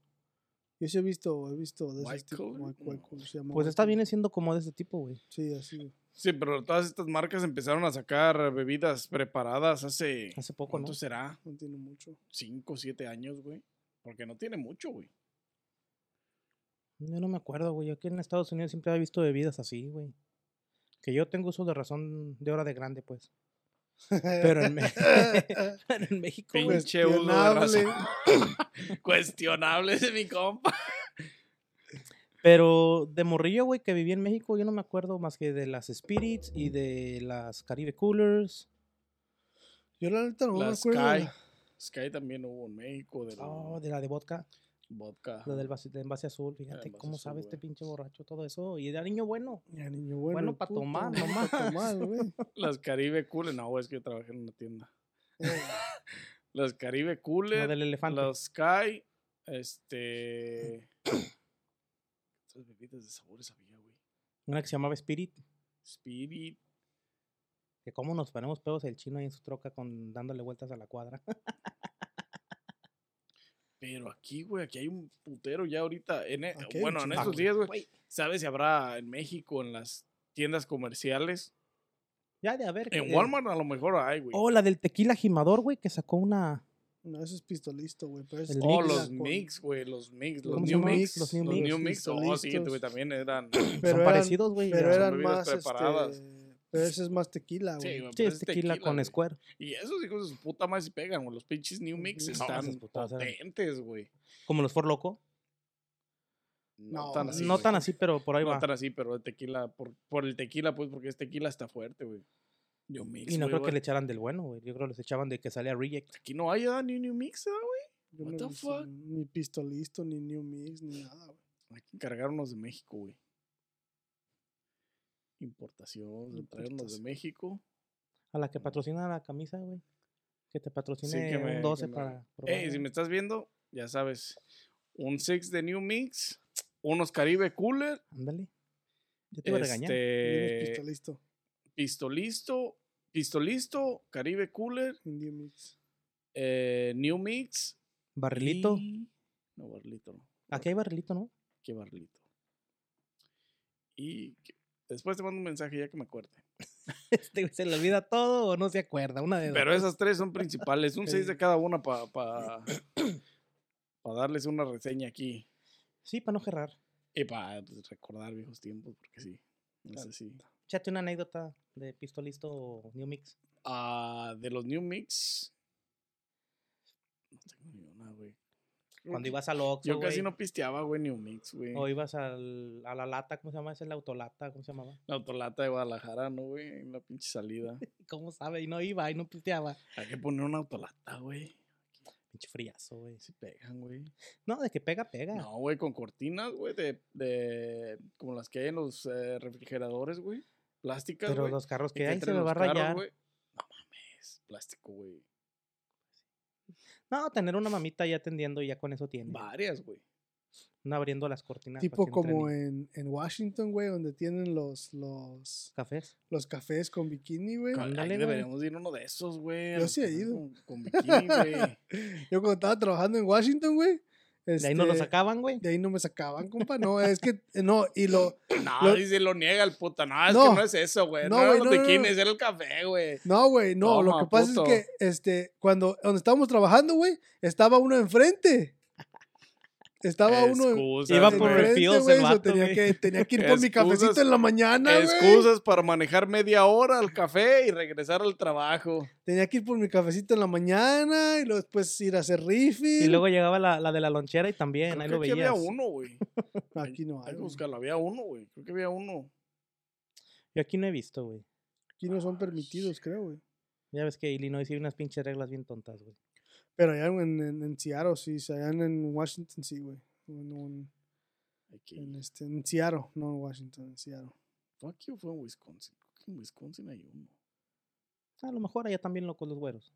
[SPEAKER 3] Yo sí he visto, he visto de
[SPEAKER 1] White
[SPEAKER 3] esos tipos,
[SPEAKER 1] Cooler,
[SPEAKER 3] White, White
[SPEAKER 1] no.
[SPEAKER 3] Coolers. se llama
[SPEAKER 2] Pues
[SPEAKER 3] White
[SPEAKER 2] esta
[SPEAKER 3] Cooler.
[SPEAKER 2] viene siendo como de ese tipo, güey.
[SPEAKER 3] Sí, así. güey.
[SPEAKER 1] Sí, pero todas estas marcas empezaron a sacar bebidas preparadas hace.
[SPEAKER 2] Hace poco, ¿no?
[SPEAKER 1] ¿Cuánto será?
[SPEAKER 3] No tiene mucho.
[SPEAKER 1] ¿Cinco, siete años, güey? Porque no tiene mucho, güey.
[SPEAKER 2] Yo no me acuerdo, güey. Aquí en Estados Unidos siempre había visto bebidas así, güey. Que yo tengo uso de razón de hora de grande, pues. Pero en, Me- pero en México, güey.
[SPEAKER 1] Pinche uso de
[SPEAKER 3] Cuestionable.
[SPEAKER 1] Pues, razón. Cuestionable de mi compa.
[SPEAKER 2] Pero de morrillo, güey, que viví en México, yo no me acuerdo más que de las Spirits y de las Caribe Coolers.
[SPEAKER 3] Yo la neta no me
[SPEAKER 1] La
[SPEAKER 3] acuerdo. de
[SPEAKER 1] Sky.
[SPEAKER 3] la-
[SPEAKER 1] Sky también hubo en México, de la
[SPEAKER 2] Oh, de la de vodka,
[SPEAKER 1] vodka.
[SPEAKER 2] la del vasi- de envase azul. Fíjate
[SPEAKER 1] Ah, envase
[SPEAKER 2] cómo
[SPEAKER 1] azul,
[SPEAKER 2] sabe este
[SPEAKER 1] güey.
[SPEAKER 2] pinche borracho todo eso. Y era niño bueno.
[SPEAKER 3] Ya, niño, bueno.
[SPEAKER 2] Bueno,
[SPEAKER 3] el
[SPEAKER 2] pa'
[SPEAKER 3] puto,
[SPEAKER 2] tomar
[SPEAKER 3] bueno,
[SPEAKER 2] nomás.
[SPEAKER 3] pa' tomar, güey.
[SPEAKER 1] Las Caribe Cooler. No, güey, es que yo trabajé en una tienda.
[SPEAKER 3] Eh,
[SPEAKER 1] Las Caribe
[SPEAKER 2] La
[SPEAKER 1] Cooler.
[SPEAKER 2] del elefante.
[SPEAKER 1] Las Sky. Este. Estas bebidas de sabores había, güey.
[SPEAKER 2] Una que se llamaba Spirit.
[SPEAKER 1] Spirit.
[SPEAKER 2] Que cómo nos ponemos pedos el chino ahí en su troca con dándole vueltas a la cuadra.
[SPEAKER 1] Pero aquí, güey, aquí hay un putero ya ahorita. En, e-
[SPEAKER 3] Aquí hay un
[SPEAKER 1] bueno, en
[SPEAKER 3] chingo,
[SPEAKER 1] estos
[SPEAKER 3] güey.
[SPEAKER 1] días, güey. ¿Sabes si habrá en México, en las tiendas comerciales?
[SPEAKER 2] ya de a ver.
[SPEAKER 1] En
[SPEAKER 2] eh,
[SPEAKER 1] Walmart a lo mejor hay, güey.
[SPEAKER 2] Oh, la del tequila gimador, güey, que sacó una.
[SPEAKER 3] No, eso es pistolisto, güey. Pero eso
[SPEAKER 2] El
[SPEAKER 3] es
[SPEAKER 1] Oh,
[SPEAKER 2] mix.
[SPEAKER 1] los
[SPEAKER 3] con-
[SPEAKER 1] mix, güey, los mix, los
[SPEAKER 2] ¿Cómo se
[SPEAKER 1] new
[SPEAKER 2] llama?
[SPEAKER 1] mix,
[SPEAKER 2] Los
[SPEAKER 1] los
[SPEAKER 2] new mix,
[SPEAKER 1] new
[SPEAKER 3] los
[SPEAKER 1] mix, oh, sí,
[SPEAKER 3] cristalitos.
[SPEAKER 1] güey, también eran,
[SPEAKER 3] Pero
[SPEAKER 2] son
[SPEAKER 3] eran-
[SPEAKER 2] parecidos, güey.
[SPEAKER 3] Pero
[SPEAKER 2] a-
[SPEAKER 1] son
[SPEAKER 3] eran
[SPEAKER 1] bebidas
[SPEAKER 3] más. este,
[SPEAKER 1] preparadas.
[SPEAKER 3] pero ese es más tequila,
[SPEAKER 1] sí,
[SPEAKER 3] güey.
[SPEAKER 1] güey,
[SPEAKER 2] Sí,
[SPEAKER 1] pero
[SPEAKER 2] es tequila, con
[SPEAKER 1] güey.
[SPEAKER 2] Square.
[SPEAKER 1] Y esos hijos de su puta madre se pegan, güey, los pinches new mix
[SPEAKER 3] No,
[SPEAKER 1] están
[SPEAKER 2] esas putadas eran-
[SPEAKER 1] potentes, güey.
[SPEAKER 2] Como los For Loco.
[SPEAKER 1] No,
[SPEAKER 3] No,
[SPEAKER 1] tan así,
[SPEAKER 2] no
[SPEAKER 1] güey.
[SPEAKER 2] tan así, pero por ahí
[SPEAKER 1] no
[SPEAKER 2] va.
[SPEAKER 1] tan así, pero el tequila, por, por el tequila, pues, porque es tequila está fuerte, güey. New mix,
[SPEAKER 2] Y no
[SPEAKER 1] güey,
[SPEAKER 2] creo que
[SPEAKER 1] güey.
[SPEAKER 2] le echaran del bueno, güey. Yo creo que les echaban de que salía Reject.
[SPEAKER 1] Aquí no hay ah, ni new mix, ah,
[SPEAKER 3] Yo
[SPEAKER 1] What
[SPEAKER 3] no
[SPEAKER 1] the
[SPEAKER 3] he visto
[SPEAKER 1] fuck?
[SPEAKER 3] Ni pistolisto, ni New Mix, ni nada, güey.
[SPEAKER 1] güey. Hay que encargarnos de México, güey. Importación, de traernos de
[SPEAKER 3] Importación.
[SPEAKER 1] México.
[SPEAKER 2] A la que patrocina la camisa, güey. Que te patrocine
[SPEAKER 1] que me- que
[SPEAKER 2] un 12
[SPEAKER 1] me-
[SPEAKER 2] para. probar,
[SPEAKER 1] Ey, si
[SPEAKER 2] güey.
[SPEAKER 1] me estás viendo, ya sabes, un six de New Mix, unos Caribe Cooler,
[SPEAKER 2] Ándale. Yo te voy a regañar.
[SPEAKER 3] Vienes
[SPEAKER 1] este,
[SPEAKER 3] pistolisto,
[SPEAKER 1] Pistolisto, Pistolisto, Caribe Cooler,
[SPEAKER 3] ni New Mix.
[SPEAKER 1] eh, New Mix.
[SPEAKER 2] Barrilito.
[SPEAKER 1] y- No, barrilito no.
[SPEAKER 2] Aquí hay barrilito, ¿no?
[SPEAKER 1] Qué barrilito. Y que- después te mando un mensaje ya que me acuerde.
[SPEAKER 2] Este güey se le olvida todo o no se acuerda. Una de dos.
[SPEAKER 1] Pero esas tres son principales, un seis de
[SPEAKER 3] Sí.
[SPEAKER 1] cada una para darles una reseña aquí.
[SPEAKER 2] Sí, para no gerrar.
[SPEAKER 1] Y para recordar viejos tiempos, porque sí. No sé
[SPEAKER 3] Claro.
[SPEAKER 1] si.
[SPEAKER 2] Échate una anécdota de Pistolisto o New Mix.
[SPEAKER 1] Ah, de los New Mix. No tengo ni una, güey. Creo
[SPEAKER 2] Cuando
[SPEAKER 1] que-
[SPEAKER 2] ibas al Oxxo,
[SPEAKER 1] Yo casi
[SPEAKER 2] güey,
[SPEAKER 1] no pisteaba, güey, New Mix, güey.
[SPEAKER 2] O ibas al, a la lata, ¿cómo se llama? Esa es la autolata, ¿cómo se llamaba?
[SPEAKER 1] La autolata de Guadalajara, ¿no, güey? En La pinche salida.
[SPEAKER 2] ¿Cómo sabe? Y no iba, y no pisteaba.
[SPEAKER 1] Hay que poner una autolata, güey.
[SPEAKER 2] Pinche friazo, güey.
[SPEAKER 1] Si pegan, güey.
[SPEAKER 2] No, de que pega, pega.
[SPEAKER 1] No, güey, con cortinas, güey, de, de. Como las que hay en los eh, refrigeradores, güey. Plásticas,
[SPEAKER 2] Pero
[SPEAKER 1] güey.
[SPEAKER 2] los carros
[SPEAKER 1] y que
[SPEAKER 2] que hay se
[SPEAKER 1] entre
[SPEAKER 2] me
[SPEAKER 1] los
[SPEAKER 2] va a
[SPEAKER 1] carros,
[SPEAKER 2] rayar.
[SPEAKER 1] güey. No mames, plástico, güey.
[SPEAKER 2] No, tener una mamita ya atendiendo y ya con eso tiene.
[SPEAKER 1] Varias, güey.
[SPEAKER 2] No abriendo las cortinas. para
[SPEAKER 3] Tipo
[SPEAKER 2] que entren
[SPEAKER 3] como
[SPEAKER 2] y-
[SPEAKER 3] en, en Washington, güey, donde tienen los, los,
[SPEAKER 2] Cafés.
[SPEAKER 3] los cafés con bikini, güey.
[SPEAKER 1] Ahí
[SPEAKER 2] Ándale, güey.
[SPEAKER 1] deberíamos ir a uno de esos, güey. a
[SPEAKER 3] Yo
[SPEAKER 1] los
[SPEAKER 3] sí he
[SPEAKER 1] que van
[SPEAKER 3] ido.
[SPEAKER 1] Con, con bikini, güey.
[SPEAKER 3] Yo cuando estaba trabajando en Washington, güey.
[SPEAKER 2] De ahí no lo
[SPEAKER 3] este,
[SPEAKER 2] sacaban, güey.
[SPEAKER 3] De ahí no me sacaban, compa. No, es que, eh, no, y lo,
[SPEAKER 1] No,
[SPEAKER 3] Lo-
[SPEAKER 1] dice, lo niega el puta. No, es que
[SPEAKER 3] No.
[SPEAKER 1] no es eso, güey. No,
[SPEAKER 3] No,
[SPEAKER 1] eran
[SPEAKER 3] güey,
[SPEAKER 1] los
[SPEAKER 3] no, no, no.
[SPEAKER 1] bikinis, era el café, güey.
[SPEAKER 3] no, güey, no. lo
[SPEAKER 1] Toma,
[SPEAKER 3] que pasa
[SPEAKER 1] puto.
[SPEAKER 3] es que, este, cuando, donde estábamos trabajando, güey, estaba uno enfrente. Estaba uno
[SPEAKER 1] Excusas,
[SPEAKER 2] Iba por
[SPEAKER 1] güey.
[SPEAKER 2] el
[SPEAKER 3] enfrente,
[SPEAKER 2] refills
[SPEAKER 3] güey,
[SPEAKER 2] el
[SPEAKER 3] so
[SPEAKER 2] vato,
[SPEAKER 3] tenía
[SPEAKER 2] güey.
[SPEAKER 3] que, tenía que ir por mi
[SPEAKER 1] Excusas-
[SPEAKER 3] cafecito en la mañana, güey.
[SPEAKER 1] Excusas para manejar media hora al café y regresar al trabajo.
[SPEAKER 3] Tenía que ir por mi cafecito en la mañana y luego después ir a hacer riffing.
[SPEAKER 2] Y luego llegaba la, la de la lonchera y también, ahí
[SPEAKER 1] Creo
[SPEAKER 2] lo
[SPEAKER 1] que aquí había
[SPEAKER 2] veías.
[SPEAKER 1] uno, güey.
[SPEAKER 3] Aquí no
[SPEAKER 1] Hay
[SPEAKER 3] hay,
[SPEAKER 1] que
[SPEAKER 3] güey.
[SPEAKER 1] buscarlo. Había uno, güey. Creo que había uno.
[SPEAKER 2] Yo aquí no he visto, güey.
[SPEAKER 3] Aquí no son permitidos, creo, güey.
[SPEAKER 2] Ya ves que Illinois hay unas pinches reglas bien tontas, güey.
[SPEAKER 3] Pero allá en, en, en Seattle, sí, sí, allá en Washington, sí, güey. En, en-
[SPEAKER 1] Aquí.
[SPEAKER 3] en este, en Seattle, no en Washington, en Seattle.
[SPEAKER 1] ¿Fue aquí o fue en Wisconsin? Creo que en Wisconsin hay uno.
[SPEAKER 2] A lo mejor allá también locos los güeros.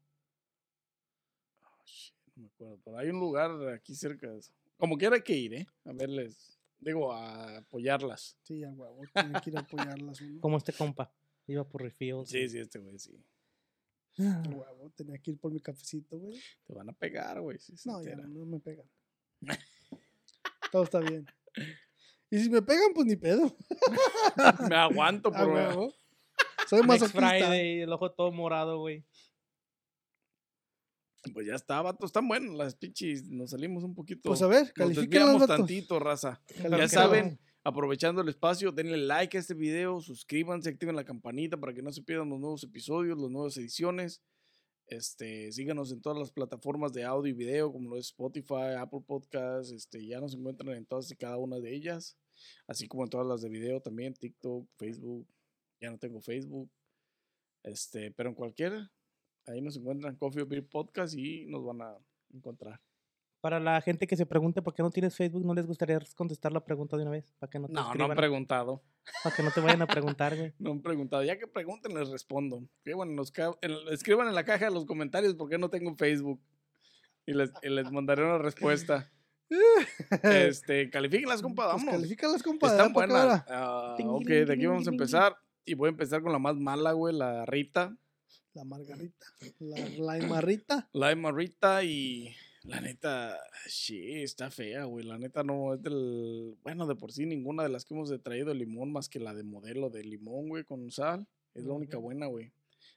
[SPEAKER 1] Ah, shit, no me acuerdo. Pero hay un lugar aquí cerca de eso. Como quiera hay que ir, ¿eh? A verles. Digo, a apoyarlas.
[SPEAKER 3] Sí, a huevo, tenía que ir a apoyarlas, güey.
[SPEAKER 2] Como este compa. Iba por refills.
[SPEAKER 1] Sí, sí, este güey, sí.
[SPEAKER 3] A huevo, tenía que ir por mi cafecito, güey.
[SPEAKER 1] Te van a pegar, güey. Si se
[SPEAKER 3] No, ya
[SPEAKER 1] entera.
[SPEAKER 3] no me pegan. Todo está bien. Y si me pegan, pues ni pedo.
[SPEAKER 1] Me aguanto,
[SPEAKER 3] A
[SPEAKER 1] por
[SPEAKER 3] huevo. Soy
[SPEAKER 2] Next
[SPEAKER 3] masoquista.
[SPEAKER 2] Friday, el ojo todo morado, güey.
[SPEAKER 1] Pues ya está, vato. Están buenas las pinches. Nos salimos un poquito.
[SPEAKER 3] Pues a ver,
[SPEAKER 1] Nos
[SPEAKER 3] califiquen
[SPEAKER 1] desviamos
[SPEAKER 3] los datos.
[SPEAKER 1] tantito, raza.
[SPEAKER 2] Pero
[SPEAKER 1] Ya
[SPEAKER 2] que-
[SPEAKER 3] Califiquen.
[SPEAKER 1] saben, aprovechando el espacio, denle like a este video, suscríbanse, activen la campanita para que no se pierdan los nuevos episodios, las nuevas ediciones. Este, síganos en todas las plataformas de audio y video, como lo es Spotify, Apple Podcasts, este, ya nos encuentran en todas y cada una de ellas, así como en todas las de video también, TikTok, Facebook, ya no tengo Facebook, este, pero en cualquiera, ahí nos encuentran Coffee or Beer Podcast y nos van a encontrar.
[SPEAKER 2] Para la gente que se pregunte por qué no tienes Facebook, ¿no les gustaría contestar la pregunta de una vez? Para que no te
[SPEAKER 1] No, no
[SPEAKER 2] escriban,
[SPEAKER 1] han preguntado.
[SPEAKER 2] para que no te vayan a preguntar, güey.
[SPEAKER 1] No han preguntado. Ya que pregunten, les respondo. Escriban en, los ca- en- escriban en la caja de los comentarios porque no tengo Facebook. Y les, y les mandaré una respuesta.
[SPEAKER 2] Pues
[SPEAKER 1] Este, califíquenlas, compa,
[SPEAKER 3] Pues
[SPEAKER 1] vámonos.
[SPEAKER 3] Califícalas, compa.
[SPEAKER 1] Están
[SPEAKER 3] Están
[SPEAKER 1] buenas. Ah,
[SPEAKER 2] Ting,
[SPEAKER 1] ok,
[SPEAKER 2] ling,
[SPEAKER 1] de aquí
[SPEAKER 2] ling,
[SPEAKER 1] vamos a
[SPEAKER 2] ling, ling.
[SPEAKER 1] empezar. Y voy a empezar con la más mala, güey, la Rita.
[SPEAKER 3] La margarita. La, la emarrita.
[SPEAKER 1] La de Marita y la neta, sí, está fea, güey. La neta no es del, bueno, de por sí ninguna de las que hemos traído de limón más que la de modelo de limón, güey, con sal. Es la única
[SPEAKER 2] Ujú.
[SPEAKER 1] buena, güey.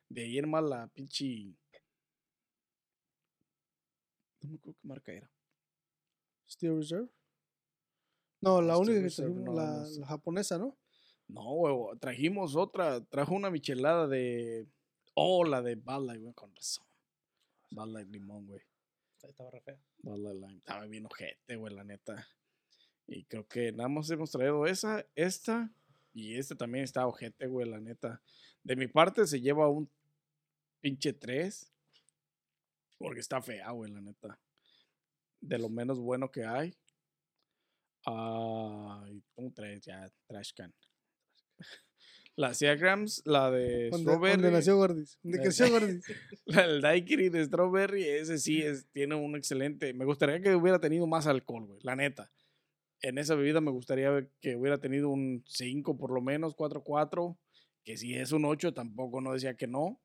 [SPEAKER 1] De ayer más la pinche... No me acuerdo qué marca era.
[SPEAKER 3] Steel Reserve. No, la
[SPEAKER 1] Steel
[SPEAKER 3] única que
[SPEAKER 1] Reserve,
[SPEAKER 3] trajimos,
[SPEAKER 1] no,
[SPEAKER 3] la,
[SPEAKER 1] no sé.
[SPEAKER 3] la japonesa, ¿no?
[SPEAKER 1] No, güey, güey, trajimos otra. Trajo una michelada de... Oh, la de Bad Light, güey, con razón. Bad Light limón, güey.
[SPEAKER 2] Estaba re fea.
[SPEAKER 1] Bud Light Lime. Estaba bien ojete, güey, la neta. Y creo que nada más hemos traído esa, esta y esta también está ojete, güey, la neta. De mi parte se lleva un pinche 3 porque está fea, güey, la neta. De lo menos bueno que hay. Ay, un 3 ya, trash can. La Seagrams, la de
[SPEAKER 3] Donde, donde
[SPEAKER 1] Strawberry. Eh.
[SPEAKER 3] nació Gordis. Donde
[SPEAKER 1] La-
[SPEAKER 3] creció Gordis.
[SPEAKER 1] La- El daiquiri de strawberry, ese sí es, tiene un excelente. Me gustaría que hubiera tenido más alcohol, güey, la neta. En esa bebida me gustaría que hubiera tenido un 5 por lo menos, 4-4. Que si es un 8, tampoco no decía que no.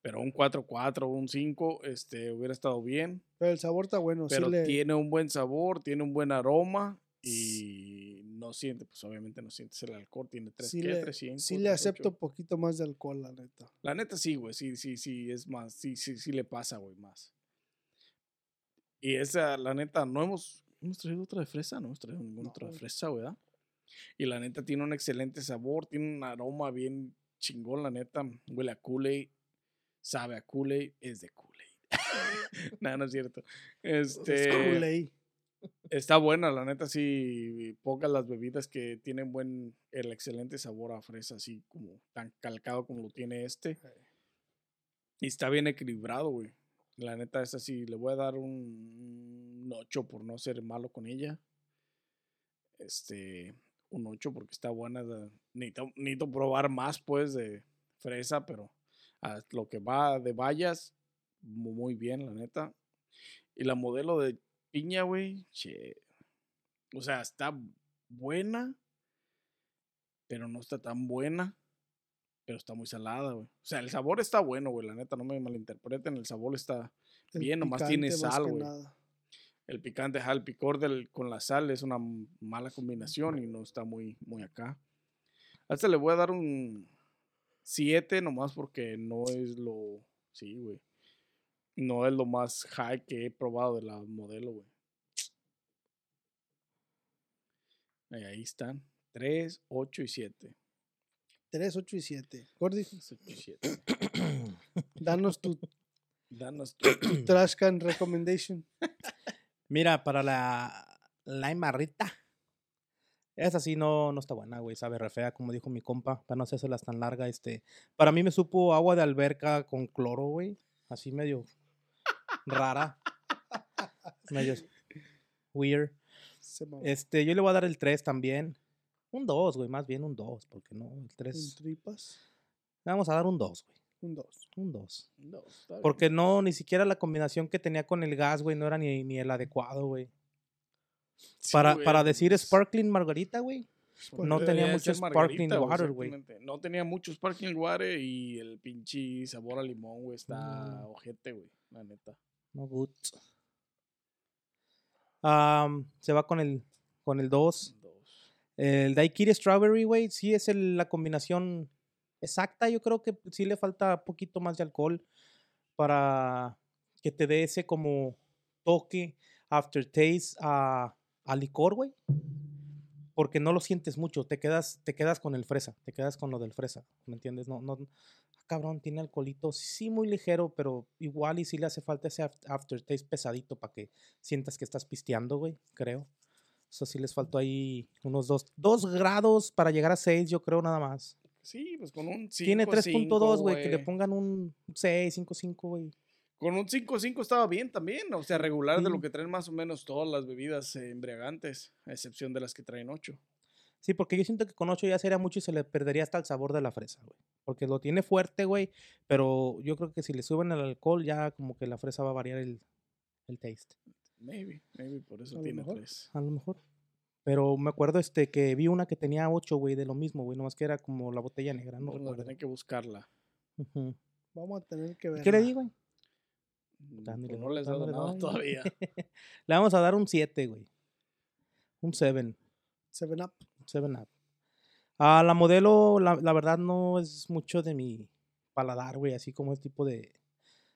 [SPEAKER 1] Pero un 4-4, un 5, este, hubiera estado bien.
[SPEAKER 3] Pero el sabor está bueno.
[SPEAKER 1] Pero
[SPEAKER 3] sí le,
[SPEAKER 1] tiene un buen sabor, tiene un buen aroma. Y no siente, pues obviamente no sientes el alcohol. Tiene 3
[SPEAKER 3] sí
[SPEAKER 1] ¿qué?
[SPEAKER 3] le,
[SPEAKER 1] 3, cinco,
[SPEAKER 3] sí le
[SPEAKER 1] 3,
[SPEAKER 3] acepto
[SPEAKER 1] ocho.
[SPEAKER 3] poquito más de alcohol, la neta.
[SPEAKER 1] La neta sí, güey, sí, sí, sí, es más, sí, sí, sí le pasa, güey, más. Y esa, la neta, no hemos, hemos traído otra de fresa, no hemos traído ninguna
[SPEAKER 3] No,
[SPEAKER 1] otra de
[SPEAKER 3] güey.
[SPEAKER 1] fresa, güey, ¿verdad? Y la neta tiene un excelente sabor, tiene un aroma bien chingón, la neta, huele a Kool-Aid, sabe a Kool-Aid, es de Kool-Aid. no, no es cierto.
[SPEAKER 3] Es
[SPEAKER 1] Este,
[SPEAKER 3] Kool-Aid.
[SPEAKER 1] Está buena, la neta, sí, pocas las bebidas que tienen buen, el excelente sabor a fresa, así como tan calcado como lo tiene este. Y está bien equilibrado, güey. La neta, esta sí, le voy a dar un 8 por no ser malo con ella. Este, un 8 porque está buena. la- Necesito, necesito probar más, pues, de fresa, pero a lo que va de vallas, mu- muy bien, la neta. Y la modelo de piña, güey, che. O sea, está buena, pero no está tan buena. Pero está muy salada, güey. O sea, el sabor está bueno, güey, la neta, no me malinterpreten. El sabor está
[SPEAKER 3] El
[SPEAKER 1] bien, nomás tiene
[SPEAKER 3] picante más
[SPEAKER 1] sal,
[SPEAKER 3] que
[SPEAKER 1] güey.
[SPEAKER 3] nada.
[SPEAKER 1] el picante, ajá, el picor del, con la sal es una m- mala combinación y no está muy, muy acá. A este le voy a dar un 7 nomás porque no es lo. Sí, güey. No es lo más high que he probado de la modelo, güey. Ahí, ahí están. 3, 8 y 7.
[SPEAKER 3] 3, 8 y 7. Gordy,
[SPEAKER 1] 3, 8 y 7.
[SPEAKER 3] danos tu,
[SPEAKER 1] Danos tu-
[SPEAKER 3] tu trash can recommendation.
[SPEAKER 2] Mira, para la Lime Rita. Esa sí no, no está buena, güey. Sabe re fea, como dijo mi compa. Para no hacérselas tan larga, este. Para mí me supo agua de alberca con cloro, güey. Así medio rara. medio weird.
[SPEAKER 3] Se mamó.
[SPEAKER 2] Este, yo le voy a dar el 3 también. Un 2, güey. Más bien un 2, porque no, el
[SPEAKER 3] Un
[SPEAKER 2] 3.
[SPEAKER 3] tripas.
[SPEAKER 2] Le vamos a dar un 2, güey.
[SPEAKER 3] Un 2.
[SPEAKER 2] Un 2.
[SPEAKER 1] No, está bien.
[SPEAKER 2] Porque no, ni siquiera la combinación que tenía con el gas, güey, no era ni, ni el adecuado, güey.
[SPEAKER 1] Sí,
[SPEAKER 2] para,
[SPEAKER 1] güey,
[SPEAKER 2] para decir
[SPEAKER 1] pues,
[SPEAKER 2] sparkling margarita, güey.
[SPEAKER 1] pues,
[SPEAKER 2] no tenía
[SPEAKER 1] debería
[SPEAKER 2] mucho
[SPEAKER 1] ser
[SPEAKER 2] sparkling
[SPEAKER 1] margarita,
[SPEAKER 2] water, güey.
[SPEAKER 1] exactamente. No tenía mucho sparkling water y el pinche sabor a limón, güey, está
[SPEAKER 2] Mm.
[SPEAKER 1] ojete, güey, la neta.
[SPEAKER 2] No good. Am, se va con el con el 2.
[SPEAKER 1] Dos.
[SPEAKER 2] El Daikiri Strawberry, güey, sí es el- la combinación exacta. Yo creo que sí le falta poquito más de alcohol para que te dé ese como toque, aftertaste a, a licor, güey. Porque no lo sientes mucho, te quedas, te quedas con el fresa, te quedas con lo del fresa, ¿me entiendes? No, no, ah, cabrón, tiene alcoholito, sí muy ligero, pero igual y sí le hace falta ese af- aftertaste pesadito para que sientas que estás pisteando, güey, creo. Eso sí les faltó ahí unos dos, dos grados para llegar a seis, yo creo, nada más.
[SPEAKER 1] Sí, pues con un 5.
[SPEAKER 2] Tiene 3.2, güey, que le pongan un 6, 5, 5, güey.
[SPEAKER 1] Con un 5-5 estaba bien también, o sea, regular de lo
[SPEAKER 2] Sí.
[SPEAKER 1] que traen más o menos todas las bebidas eh, embriagantes, a excepción de las que traen 8.
[SPEAKER 2] Sí, porque yo siento que con 8 ya sería mucho y se le perdería hasta el sabor de la fresa, güey. Porque lo tiene fuerte, güey, pero yo creo que si le suben el alcohol ya como que la fresa va a variar el, el taste,
[SPEAKER 1] Maybe, maybe por eso
[SPEAKER 3] A lo
[SPEAKER 1] tiene
[SPEAKER 3] mejor.
[SPEAKER 1] 3.
[SPEAKER 2] a lo mejor. Pero me acuerdo este que vi una que tenía 8, güey, de lo mismo, güey, nomás que era como la botella negra, no
[SPEAKER 1] Vamos a
[SPEAKER 2] recuerdo.
[SPEAKER 1] tener que buscarla.
[SPEAKER 2] Ujú.
[SPEAKER 3] Vamos a tener que ver.
[SPEAKER 2] ¿Qué le di, güey?
[SPEAKER 1] Mm,
[SPEAKER 2] Dándole
[SPEAKER 1] pues no
[SPEAKER 2] doy,
[SPEAKER 1] les he dado
[SPEAKER 2] dándole
[SPEAKER 1] nada
[SPEAKER 2] doy.
[SPEAKER 1] todavía.
[SPEAKER 2] Le vamos a dar un 7, güey. Un 7.
[SPEAKER 3] Seven Up.
[SPEAKER 2] 7 Up. Ah, la modelo, la, la verdad, no es mucho de mi paladar, güey. Así como este tipo de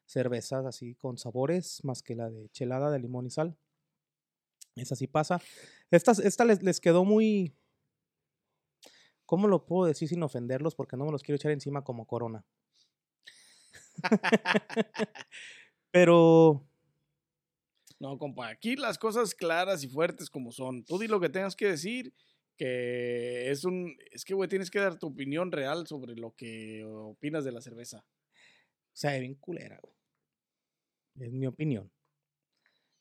[SPEAKER 2] cervezas, así con sabores, más que la de chelada de limón y sal. Esa sí pasa. Esta, esta les, les quedó muy. ¿Cómo lo puedo decir sin ofenderlos? Porque no me los quiero echar encima como corona. Pero
[SPEAKER 1] No, compa, aquí las cosas claras y fuertes como son. Tú di lo que tengas que decir, que es un... Es que, güey, tienes que dar tu opinión real sobre lo que opinas de la cerveza.
[SPEAKER 2] sabe bien culera, güey. Es mi opinión.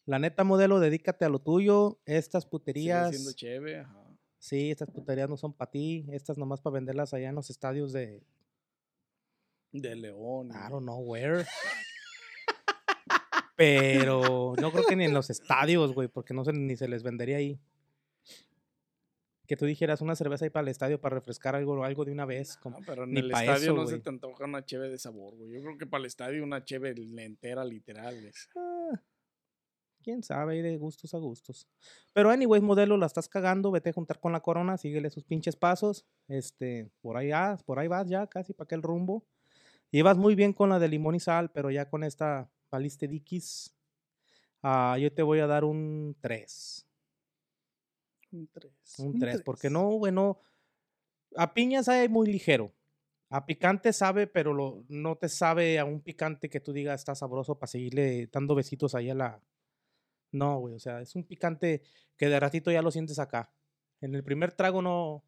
[SPEAKER 2] La neta, modelo, dedícate a lo tuyo. Estas
[SPEAKER 1] Sigue
[SPEAKER 2] puterías.
[SPEAKER 1] siendo chévere, ajá.
[SPEAKER 2] Sí, estas puterías no son para ti. Estas nomás para venderlas allá en los estadios de.
[SPEAKER 1] De León. y-
[SPEAKER 2] I don't know where. Pero no creo que ni en los estadios, güey, porque no se, ni se les vendería ahí. Que tú dijeras una cerveza ahí para el estadio para refrescar algo, algo de una vez. como-
[SPEAKER 1] No, Ah, pero en
[SPEAKER 2] ni
[SPEAKER 1] el
[SPEAKER 2] pa'
[SPEAKER 1] estadio
[SPEAKER 2] eso,
[SPEAKER 1] no se
[SPEAKER 2] güey.
[SPEAKER 1] te antoja una cheve de sabor, güey. Yo creo que para el estadio una cheve la entera, literal. es-
[SPEAKER 2] Ah, Quién sabe, ahí de gustos a gustos. Pero, anyways, modelo, la estás cagando. Vete a juntar con la corona, síguele sus pinches pasos. Este, por ahí vas, por ahí vas ya, casi para aquel rumbo. Ibas muy bien con la de limón y sal, pero ya con esta paliste diquis. ah, yo te voy a dar un 3.
[SPEAKER 3] Un 3.
[SPEAKER 2] Un 3, porque no, bueno. A piña sabe muy ligero. A picante sabe, pero lo- no te sabe a un picante que tú digas está sabroso para seguirle dando besitos ahí a la. No, güey, o sea, es un picante que de ratito ya lo sientes acá. En el primer trago no.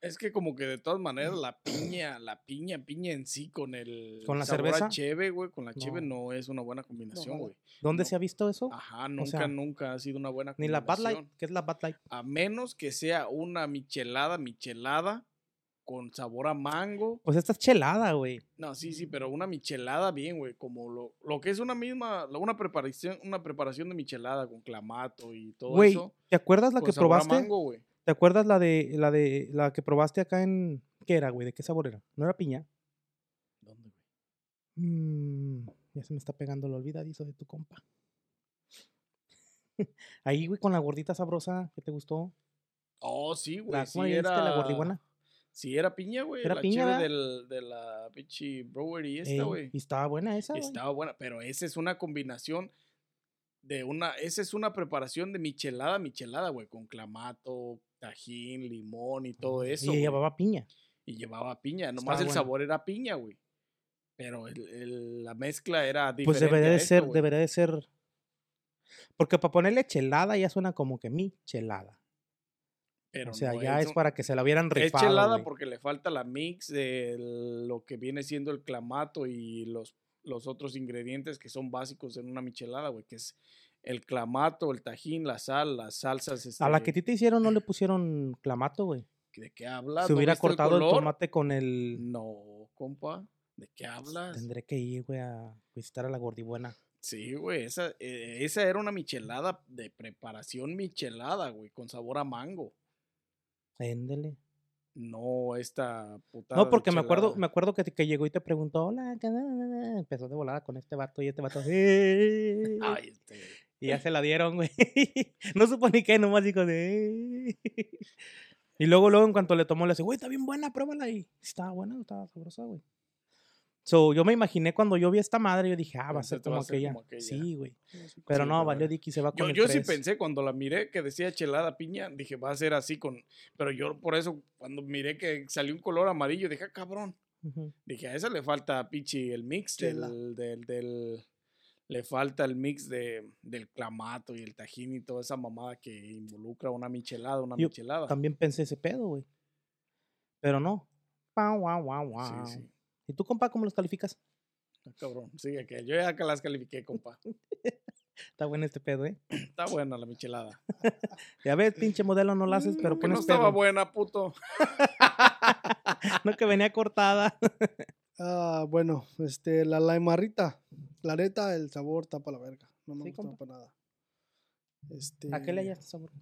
[SPEAKER 1] Es que como que de todas maneras la piña, la piña, piña en sí con el
[SPEAKER 2] Mm. ¿Con la
[SPEAKER 1] sabor a
[SPEAKER 2] cerveza?
[SPEAKER 1] cheve, güey, con la cheve
[SPEAKER 2] No.
[SPEAKER 1] no es una buena combinación,
[SPEAKER 3] jala.
[SPEAKER 1] güey.
[SPEAKER 2] ¿Dónde
[SPEAKER 1] No. Ah,
[SPEAKER 2] se ha visto eso?
[SPEAKER 1] Ajá, nunca,
[SPEAKER 2] sea,
[SPEAKER 1] nunca ha sido una buena
[SPEAKER 2] Ni la Bad
[SPEAKER 1] combinación.
[SPEAKER 2] Light, ¿qué es la Bad Light?
[SPEAKER 1] A menos que sea una michelada, michelada con sabor a mango.
[SPEAKER 2] Pues esta es chelada, güey.
[SPEAKER 1] No, sí, sí,
[SPEAKER 2] Mm.
[SPEAKER 1] pero una michelada bien, güey, como lo, lo que es una misma, la- una preparación, una preparación de michelada con clamato y todo
[SPEAKER 2] Güey,
[SPEAKER 1] eso.
[SPEAKER 2] ¿te acuerdas la
[SPEAKER 1] con
[SPEAKER 2] que
[SPEAKER 1] sabor a
[SPEAKER 2] probaste?
[SPEAKER 1] mango, güey.
[SPEAKER 2] ¿Te acuerdas la de la de la que probaste acá en qué era, güey? ¿De qué sabor era? ¿No era piña?
[SPEAKER 1] ¿Dónde, güey?
[SPEAKER 2] Mm, ya se me está pegando el olvidadizo de tu compa. Ahí, güey, con la gordita sabrosa que te gustó.
[SPEAKER 1] Oh, sí,
[SPEAKER 2] La,
[SPEAKER 1] güey. Sí
[SPEAKER 2] ¿cómo le dijiste?
[SPEAKER 1] era,
[SPEAKER 2] La gordibuena.
[SPEAKER 1] sí, era piña, güey.
[SPEAKER 2] Era
[SPEAKER 1] la
[SPEAKER 2] piña,
[SPEAKER 1] cheve
[SPEAKER 2] ¿verdad?
[SPEAKER 1] del, de la pinche brewery esta,
[SPEAKER 2] Ey,
[SPEAKER 1] güey.
[SPEAKER 2] eh, y estaba buena esa, güey.
[SPEAKER 1] Estaba buena, pero esa es una combinación de una, esa es una preparación de michelada, michelada, güey, con clamato, tajín, limón y todo eso.
[SPEAKER 2] Mm, y
[SPEAKER 1] güey.
[SPEAKER 2] llevaba piña.
[SPEAKER 1] Y llevaba piña. Nomás
[SPEAKER 2] Estaba
[SPEAKER 1] el
[SPEAKER 2] bueno.
[SPEAKER 1] sabor era piña, güey. Pero el- el- la mezcla era diferente.
[SPEAKER 2] Pues debería
[SPEAKER 1] a
[SPEAKER 2] de
[SPEAKER 1] esto,
[SPEAKER 2] ser,
[SPEAKER 1] güey.
[SPEAKER 2] debería de ser. Porque para ponerle chelada ya suena como que mi chelada.
[SPEAKER 1] Pero
[SPEAKER 2] o sea,
[SPEAKER 1] no,
[SPEAKER 2] ya es,
[SPEAKER 1] un-
[SPEAKER 2] para que se la hubieran
[SPEAKER 1] Es
[SPEAKER 2] rifado.
[SPEAKER 1] chelada
[SPEAKER 2] güey.
[SPEAKER 1] porque le falta la mix de lo que viene siendo el clamato y los, los otros ingredientes que son básicos en una michelada, güey, que es el clamato, el tajín, la sal, las salsas.
[SPEAKER 2] A la
[SPEAKER 1] este,
[SPEAKER 2] que a ti te hicieron no le pusieron clamato, güey.
[SPEAKER 1] ¿De qué hablas?
[SPEAKER 2] Se
[SPEAKER 1] ¿No
[SPEAKER 2] hubiera
[SPEAKER 1] viste
[SPEAKER 2] cortado el,
[SPEAKER 1] color?
[SPEAKER 2] tomate con el.
[SPEAKER 1] No, compa. ¿De
[SPEAKER 2] Pues,
[SPEAKER 1] qué hablas?
[SPEAKER 2] Tendré que ir, güey, a visitar a la gordibuena.
[SPEAKER 1] Sí, güey, esa, eh, esa era una michelada de preparación michelada, güey, con sabor a mango.
[SPEAKER 2] Éndele.
[SPEAKER 1] No esta putada.
[SPEAKER 2] No,
[SPEAKER 1] de
[SPEAKER 2] porque me acuerdo,
[SPEAKER 1] chelada.
[SPEAKER 2] me acuerdo que, te- que llegó y te preguntó, hola, ¿qué na- na- na?". empezó de volada con este vato y este vato. "Eh".
[SPEAKER 1] Ay, este,
[SPEAKER 2] Y ya se la dieron, güey. No supo ni qué, nomás dijo de. "Eh". Y luego, luego, en cuanto le tomó, le dice, güey, está bien buena, pruébala. Y estaba buena, estaba sabrosa, güey. So, yo me imaginé cuando yo vi esta madre, yo dije, ah, va a ser
[SPEAKER 1] Pensaste, va a
[SPEAKER 2] como
[SPEAKER 1] ser
[SPEAKER 2] aquella.
[SPEAKER 1] como aquella.
[SPEAKER 2] Sí, güey. Pero
[SPEAKER 1] Sí,
[SPEAKER 2] no,
[SPEAKER 1] la
[SPEAKER 2] valió
[SPEAKER 1] verdad.
[SPEAKER 2] Dicky se va con
[SPEAKER 1] Yo,
[SPEAKER 2] el
[SPEAKER 1] yo sí
[SPEAKER 2] tres.
[SPEAKER 1] pensé cuando la miré que decía chelada piña, dije, va a ser así con... Pero yo por eso, cuando miré que salió un color amarillo, dije, "Ah, cabrón.
[SPEAKER 2] Ujú.
[SPEAKER 1] Dije, a esa le falta, pichi, el mix
[SPEAKER 3] Chela.
[SPEAKER 1] del, del, del- Le falta el mix de, del clamato y el tajín y toda esa mamada que involucra una michelada, una
[SPEAKER 2] Yo
[SPEAKER 1] michelada.
[SPEAKER 2] También pensé ese pedo, güey. Pero no. Guau, guau, guau,
[SPEAKER 1] Sí,
[SPEAKER 2] guau.
[SPEAKER 1] sí.
[SPEAKER 2] ¿Y tú, compa, cómo los calificas?
[SPEAKER 1] Ah, Cabrón, sí, aquel. Yo ya que las califiqué, compa.
[SPEAKER 2] Está bueno este pedo, ¿eh?
[SPEAKER 1] Está buena la michelada.
[SPEAKER 2] Ya ves, pinche modelo, no lo haces, pero
[SPEAKER 1] Mm, que
[SPEAKER 2] pones
[SPEAKER 1] No estaba
[SPEAKER 2] pedo.
[SPEAKER 1] buena, puto.
[SPEAKER 2] No, que venía cortada.
[SPEAKER 3] Ah, bueno, este, la laimarrita. La neta, el sabor tapa la verga. No me
[SPEAKER 2] Sí,
[SPEAKER 3] gustó
[SPEAKER 2] compa.
[SPEAKER 3] para nada. Este,
[SPEAKER 2] ¿A qué le hallaste sabor?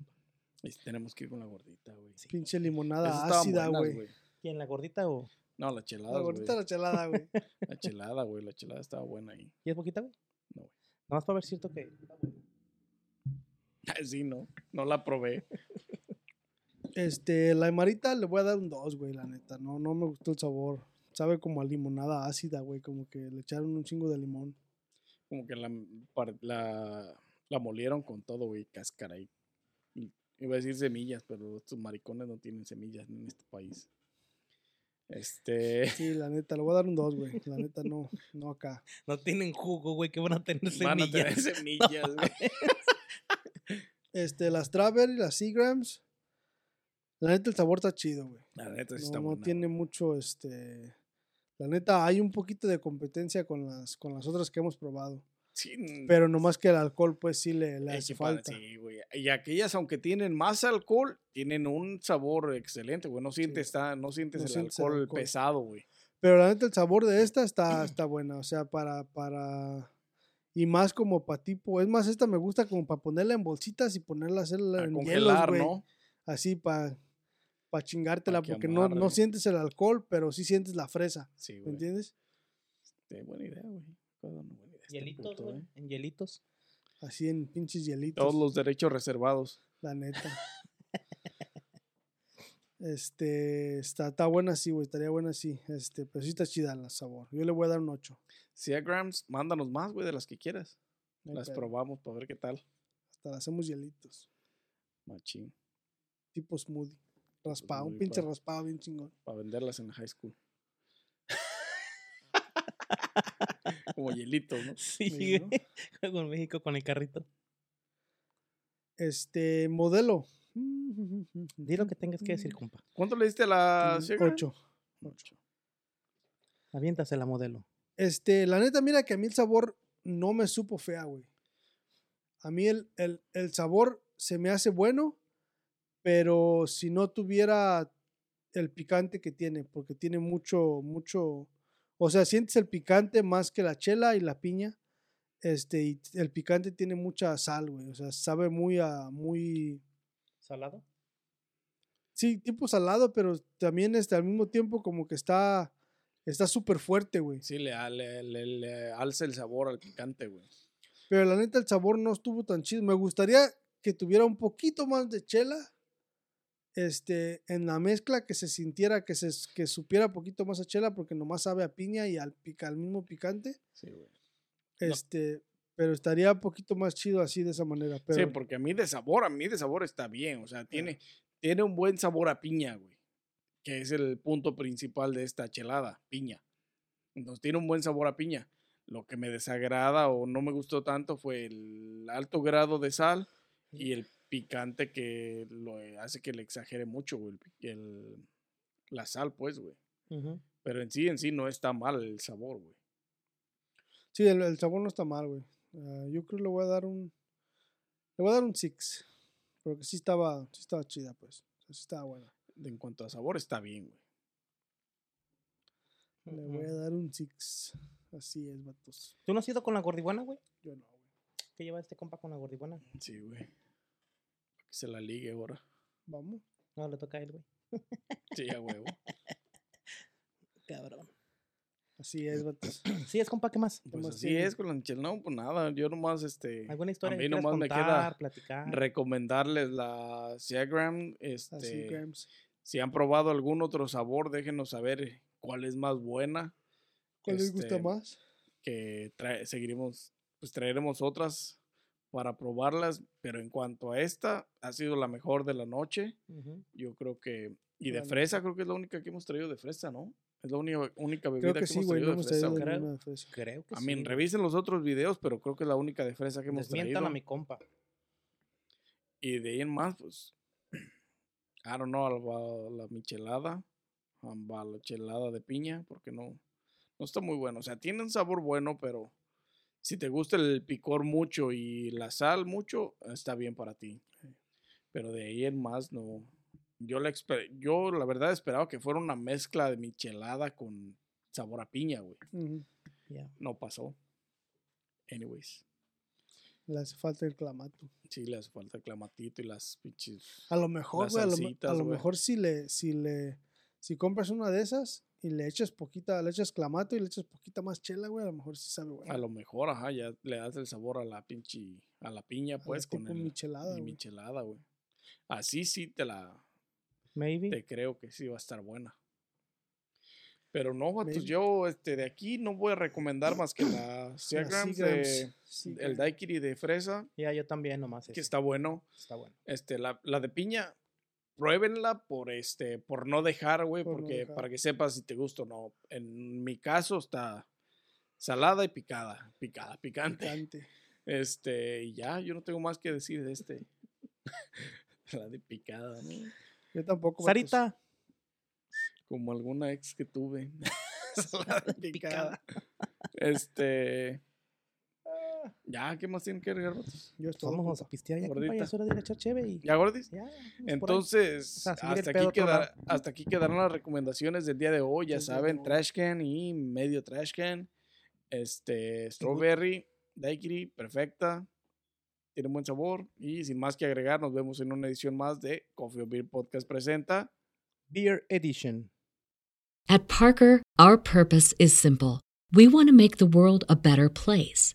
[SPEAKER 1] Y tenemos que ir con la gordita, güey.
[SPEAKER 3] Pinche
[SPEAKER 1] Esas
[SPEAKER 3] limonada
[SPEAKER 1] estaban
[SPEAKER 3] ácida,
[SPEAKER 1] buenas,
[SPEAKER 3] güey.
[SPEAKER 2] ¿Quién, la gordita o...?
[SPEAKER 1] No, la chelada,
[SPEAKER 3] La gordita
[SPEAKER 1] güey.
[SPEAKER 3] la chelada, güey.
[SPEAKER 1] La chelada, güey. La chelada estaba buena ahí.
[SPEAKER 2] ¿Y es poquita, güey?
[SPEAKER 1] No,
[SPEAKER 2] güey. Nomás para ver cierto que...
[SPEAKER 1] Sí, no. No la probé.
[SPEAKER 3] Este, la emarita le voy a dar un 2, güey, la neta. No, no me gustó el sabor. Sabe como a limonada ácida, güey. Como que le echaron un chingo de limón.
[SPEAKER 1] Como que la, mm, par- la, la molieron con todo, güey. Cáscara ahí. Y- Iba a decir semillas, pero estos maricones no tienen semillas en este país. Este.
[SPEAKER 3] Sí, la neta, le voy a dar un 2, güey. La neta, no, no acá.
[SPEAKER 2] No tienen jugo, güey, que van a tener
[SPEAKER 1] Van a tener
[SPEAKER 2] semillas.
[SPEAKER 1] semillas, güey.
[SPEAKER 3] Este, las Strawberry, las Seagrams. La neta, el sabor está chido, güey.
[SPEAKER 1] La neta sí
[SPEAKER 3] No,
[SPEAKER 1] está
[SPEAKER 3] no
[SPEAKER 1] buena,
[SPEAKER 3] tiene mucho, este... La neta, hay un poquito de competencia con las, con las otras que hemos probado.
[SPEAKER 1] Sí,
[SPEAKER 3] Pero nomás que el alcohol, pues, sí le, le
[SPEAKER 1] Eh,
[SPEAKER 3] hace
[SPEAKER 1] que para-
[SPEAKER 3] falta.
[SPEAKER 1] sí, güey. Y aquellas, aunque tienen más alcohol, tienen un sabor excelente, güey. No sientes,
[SPEAKER 3] güey.
[SPEAKER 1] tan- no sientes
[SPEAKER 3] No
[SPEAKER 1] el,
[SPEAKER 3] sientes el
[SPEAKER 1] alcohol
[SPEAKER 3] alcohol.
[SPEAKER 1] pesado, güey.
[SPEAKER 3] Pero la neta, el sabor de esta está, está buena. O sea, para, para. Y más como para tipo. Es más, esta me gusta como para ponerla en bolsitas y ponerla a hacerla
[SPEAKER 1] A
[SPEAKER 3] en
[SPEAKER 1] congelar,
[SPEAKER 3] hielos, güey.
[SPEAKER 1] ¿no?
[SPEAKER 3] Así para pa chingártela,
[SPEAKER 1] Pa' que
[SPEAKER 3] porque no, no
[SPEAKER 1] amarre.
[SPEAKER 3] sientes el alcohol, pero sí sientes la fresa.
[SPEAKER 1] Sí,
[SPEAKER 3] ¿Me
[SPEAKER 1] güey.
[SPEAKER 3] entiendes?
[SPEAKER 1] Este, buena idea, güey. Está dando buena idea este
[SPEAKER 2] Hielitos,
[SPEAKER 1] puto,
[SPEAKER 2] güey.
[SPEAKER 1] eh.
[SPEAKER 2] En hielitos.
[SPEAKER 3] Así en pinches hielitos.
[SPEAKER 1] Todos los derechos reservados.
[SPEAKER 3] La neta. Este, está, está buena así, güey, estaría buena así. Este, pero sí está chida el sabor. Yo le voy a dar un 8.
[SPEAKER 1] Seagrams, mándanos más, güey, de las que quieras.
[SPEAKER 3] No hay
[SPEAKER 1] Las
[SPEAKER 3] pedo.
[SPEAKER 1] probamos para ver qué tal.
[SPEAKER 3] Hasta le hacemos hielitos.
[SPEAKER 1] Machín.
[SPEAKER 3] tipo smoothie. Raspado, un
[SPEAKER 1] smoothie,
[SPEAKER 3] pinche
[SPEAKER 1] pa.
[SPEAKER 3] raspado bien chingón.
[SPEAKER 1] Para venderlas en la high school. Como hielitos, ¿no?
[SPEAKER 2] Sí,
[SPEAKER 3] Sí,
[SPEAKER 2] güey. Con México, con el carrito.
[SPEAKER 3] Este modelo. Mm,
[SPEAKER 2] Di lo que tengas que
[SPEAKER 1] Mm.
[SPEAKER 2] decir, compa.
[SPEAKER 1] ¿Cuánto le diste a la Seagrams?
[SPEAKER 3] 8.
[SPEAKER 1] Ocho.
[SPEAKER 2] Aviéntase la modelo.
[SPEAKER 3] Este, la neta, mira que a mí el sabor no me supo fea, güey. A mí el, el- el sabor se me hace bueno, pero si no tuviera el picante que tiene, porque tiene mucho, mucho. O sea, sientes el picante más que la chela y la piña. Este, y el picante tiene mucha sal, güey. O sea, sabe muy a, muy,
[SPEAKER 2] ¿Salado?
[SPEAKER 3] Sí, tipo salado, pero también este, al mismo tiempo como que está está súper fuerte, güey.
[SPEAKER 1] Sí, le, le, le- le alza el sabor al picante, güey.
[SPEAKER 3] Pero la neta el sabor no estuvo tan chido. Me gustaría que tuviera un poquito más de chela este, en la mezcla, que se sintiera, que se que supiera poquito más a chela, porque nomás sabe a piña y al, pica, al mismo picante.
[SPEAKER 1] Sí, güey.
[SPEAKER 3] Este, pero estaría un poquito más chido así de esa manera. Pero
[SPEAKER 1] Eh. sí, porque a mí de sabor, a mí de sabor está bien. O sea, tiene, Tiene un buen sabor a piña, güey. Que es el punto principal de esta chelada, piña. Entonces tiene un buen sabor a piña. Lo que me desagrada o no me gustó tanto fue el alto grado de sal y el picante que lo eh, hace que le exagere mucho, güey. el- el- la sal, pues, güey.
[SPEAKER 2] Ujú.
[SPEAKER 1] Pero en sí, en sí no está mal el sabor, güey.
[SPEAKER 3] Sí, el, el sabor no está mal, güey. Ah, yo creo que le voy a dar un. Le voy a dar un 6. Porque sí estaba, sí estaba chida, pues. O sea, sí estaba buena.
[SPEAKER 1] En cuanto a sabor, está bien, güey.
[SPEAKER 3] Le voy a dar un 6. Así es, vatos.
[SPEAKER 2] ¿Tú no has ido con la gordibuana, güey?
[SPEAKER 3] Yo no, güey.
[SPEAKER 2] ¿Qué lleva este compa con la gordibuana?
[SPEAKER 1] Sí, güey. Que se la ligue ahora.
[SPEAKER 3] Vamos.
[SPEAKER 2] No, le toca a él, güey.
[SPEAKER 1] Sí, a huevo.
[SPEAKER 2] Cabrón.
[SPEAKER 3] Así
[SPEAKER 1] Este,
[SPEAKER 3] es, vatos.
[SPEAKER 2] Sí, es compa, ¿qué más?
[SPEAKER 1] Pues
[SPEAKER 3] más
[SPEAKER 1] así
[SPEAKER 3] tiene?
[SPEAKER 1] es con la enchilada. No, pues nada. Yo nomás, este...
[SPEAKER 2] ¿Alguna historia
[SPEAKER 1] mí
[SPEAKER 2] que quieras
[SPEAKER 1] nomás me
[SPEAKER 2] contar,
[SPEAKER 1] queda
[SPEAKER 2] platicar?
[SPEAKER 1] Recomendarles la Seagram. Este,
[SPEAKER 3] Así, Grams.
[SPEAKER 1] Si han probado algún otro sabor, déjenos saber cuál es más buena.
[SPEAKER 3] ¿Cuál les gusta
[SPEAKER 1] este,
[SPEAKER 3] más?
[SPEAKER 1] que trae- seguiremos, pues traeremos otras para probarlas, pero en cuanto a esta, ha sido la mejor de la noche,
[SPEAKER 2] Ujú.
[SPEAKER 1] yo creo que, y de
[SPEAKER 3] Vale.
[SPEAKER 1] fresa, creo que es la única que hemos traído de fresa, ¿no? Es la única, única bebida
[SPEAKER 3] Creo
[SPEAKER 1] que,
[SPEAKER 3] que sí,
[SPEAKER 1] hemos
[SPEAKER 3] güey.
[SPEAKER 1] traído de
[SPEAKER 3] No hemos
[SPEAKER 1] fresa.
[SPEAKER 3] traído
[SPEAKER 1] güey.
[SPEAKER 2] creo.
[SPEAKER 3] ninguna de fresa.
[SPEAKER 2] Creo que
[SPEAKER 1] I
[SPEAKER 2] sí.
[SPEAKER 1] mean,
[SPEAKER 2] güey.
[SPEAKER 1] revisen los otros videos, pero creo que es la única de fresa que hemos
[SPEAKER 2] Desmientan
[SPEAKER 1] traído.
[SPEAKER 2] a mi compa.
[SPEAKER 1] Y de ahí en más, pues, I don't know, la, la michelada, amba- la chelada de piña, porque no, no está muy bueno. O sea, tiene un sabor bueno, pero si te gusta el picor mucho y la sal mucho, está bien para ti. Pero de ahí en más, no. Yo la, esper- yo la verdad esperaba que fuera una mezcla de michelada con sabor a piña, güey.
[SPEAKER 3] Ujú.
[SPEAKER 2] Ya.
[SPEAKER 1] No pasó. Anyways,
[SPEAKER 3] Le hace falta el clamato.
[SPEAKER 1] sí le hace falta el clamatito y las pinches...
[SPEAKER 3] A lo mejor,
[SPEAKER 1] Las
[SPEAKER 3] güey, a lo, me-
[SPEAKER 1] salsitas,
[SPEAKER 3] a lo
[SPEAKER 1] güey.
[SPEAKER 3] mejor si le, si le, si compras una de esas y le echas poquita, le echas clamato y le echas poquita más chela, güey, a lo mejor sí sabe, güey.
[SPEAKER 1] A lo mejor, ajá, ya le das el sabor a la pinche, a la piña, pues, con
[SPEAKER 3] este tipo
[SPEAKER 1] el,
[SPEAKER 3] michelada,
[SPEAKER 1] y
[SPEAKER 3] güey.
[SPEAKER 1] michelada, güey. Así sí te la,
[SPEAKER 2] Maybe.
[SPEAKER 1] te creo que sí va a estar buena. Pero no, vatos,
[SPEAKER 3] Maybe.
[SPEAKER 1] yo, este, de aquí no voy a recomendar más que la
[SPEAKER 3] Las
[SPEAKER 1] 100 grams
[SPEAKER 3] Seagrams,
[SPEAKER 1] de,
[SPEAKER 3] Seagram.
[SPEAKER 1] el daiquiri de fresa,
[SPEAKER 2] Ya, yo también nomás.
[SPEAKER 1] que
[SPEAKER 2] ese.
[SPEAKER 1] está bueno.
[SPEAKER 2] Está bueno.
[SPEAKER 1] Este, la, la de piña, pruébenla por este, por no dejar, güey,
[SPEAKER 3] Por no
[SPEAKER 1] porque
[SPEAKER 3] dejar.
[SPEAKER 1] para que sepas si te gusta o no. En mi caso está salada y picada, picada, picante.
[SPEAKER 3] Picante.
[SPEAKER 1] Este, y ya, yo no tengo más que decir de este. La de picada, ¿no?
[SPEAKER 3] Mm. Yo tampoco.
[SPEAKER 1] pues,
[SPEAKER 3] vatos.
[SPEAKER 2] Sarita.
[SPEAKER 1] Como alguna ex que tuve. La de picada.
[SPEAKER 2] picada.
[SPEAKER 1] Este.
[SPEAKER 3] Ah.
[SPEAKER 1] Ya, ¿qué más tienen que agregar? vatos?
[SPEAKER 3] Yo estoy.
[SPEAKER 2] Vamos a pistear ya, compa. Ya
[SPEAKER 1] Gordita.
[SPEAKER 2] es hora de ir a echar cheve y...
[SPEAKER 1] ¿Ya, Gordis?
[SPEAKER 2] Ya, vamos por ahí.
[SPEAKER 1] Entonces,
[SPEAKER 2] a seguir el
[SPEAKER 1] hasta
[SPEAKER 2] pedo
[SPEAKER 1] aquí,
[SPEAKER 2] otro lado.
[SPEAKER 1] quedar- hasta aquí quedaron las recomendaciones del día de hoy. Ya
[SPEAKER 3] Del día de
[SPEAKER 1] saben,
[SPEAKER 3] hoy.
[SPEAKER 1] Trashcan y medio Trashcan. Este, Strawberry, Daiquiri, perfecta. Tiene buen sabor. Y sin más que agregar, nos vemos en una edición más de Coffee or Beer Podcast presenta.
[SPEAKER 2] Beer Edition.
[SPEAKER 4] At Parker, our purpose is simple. We want to make the world a better place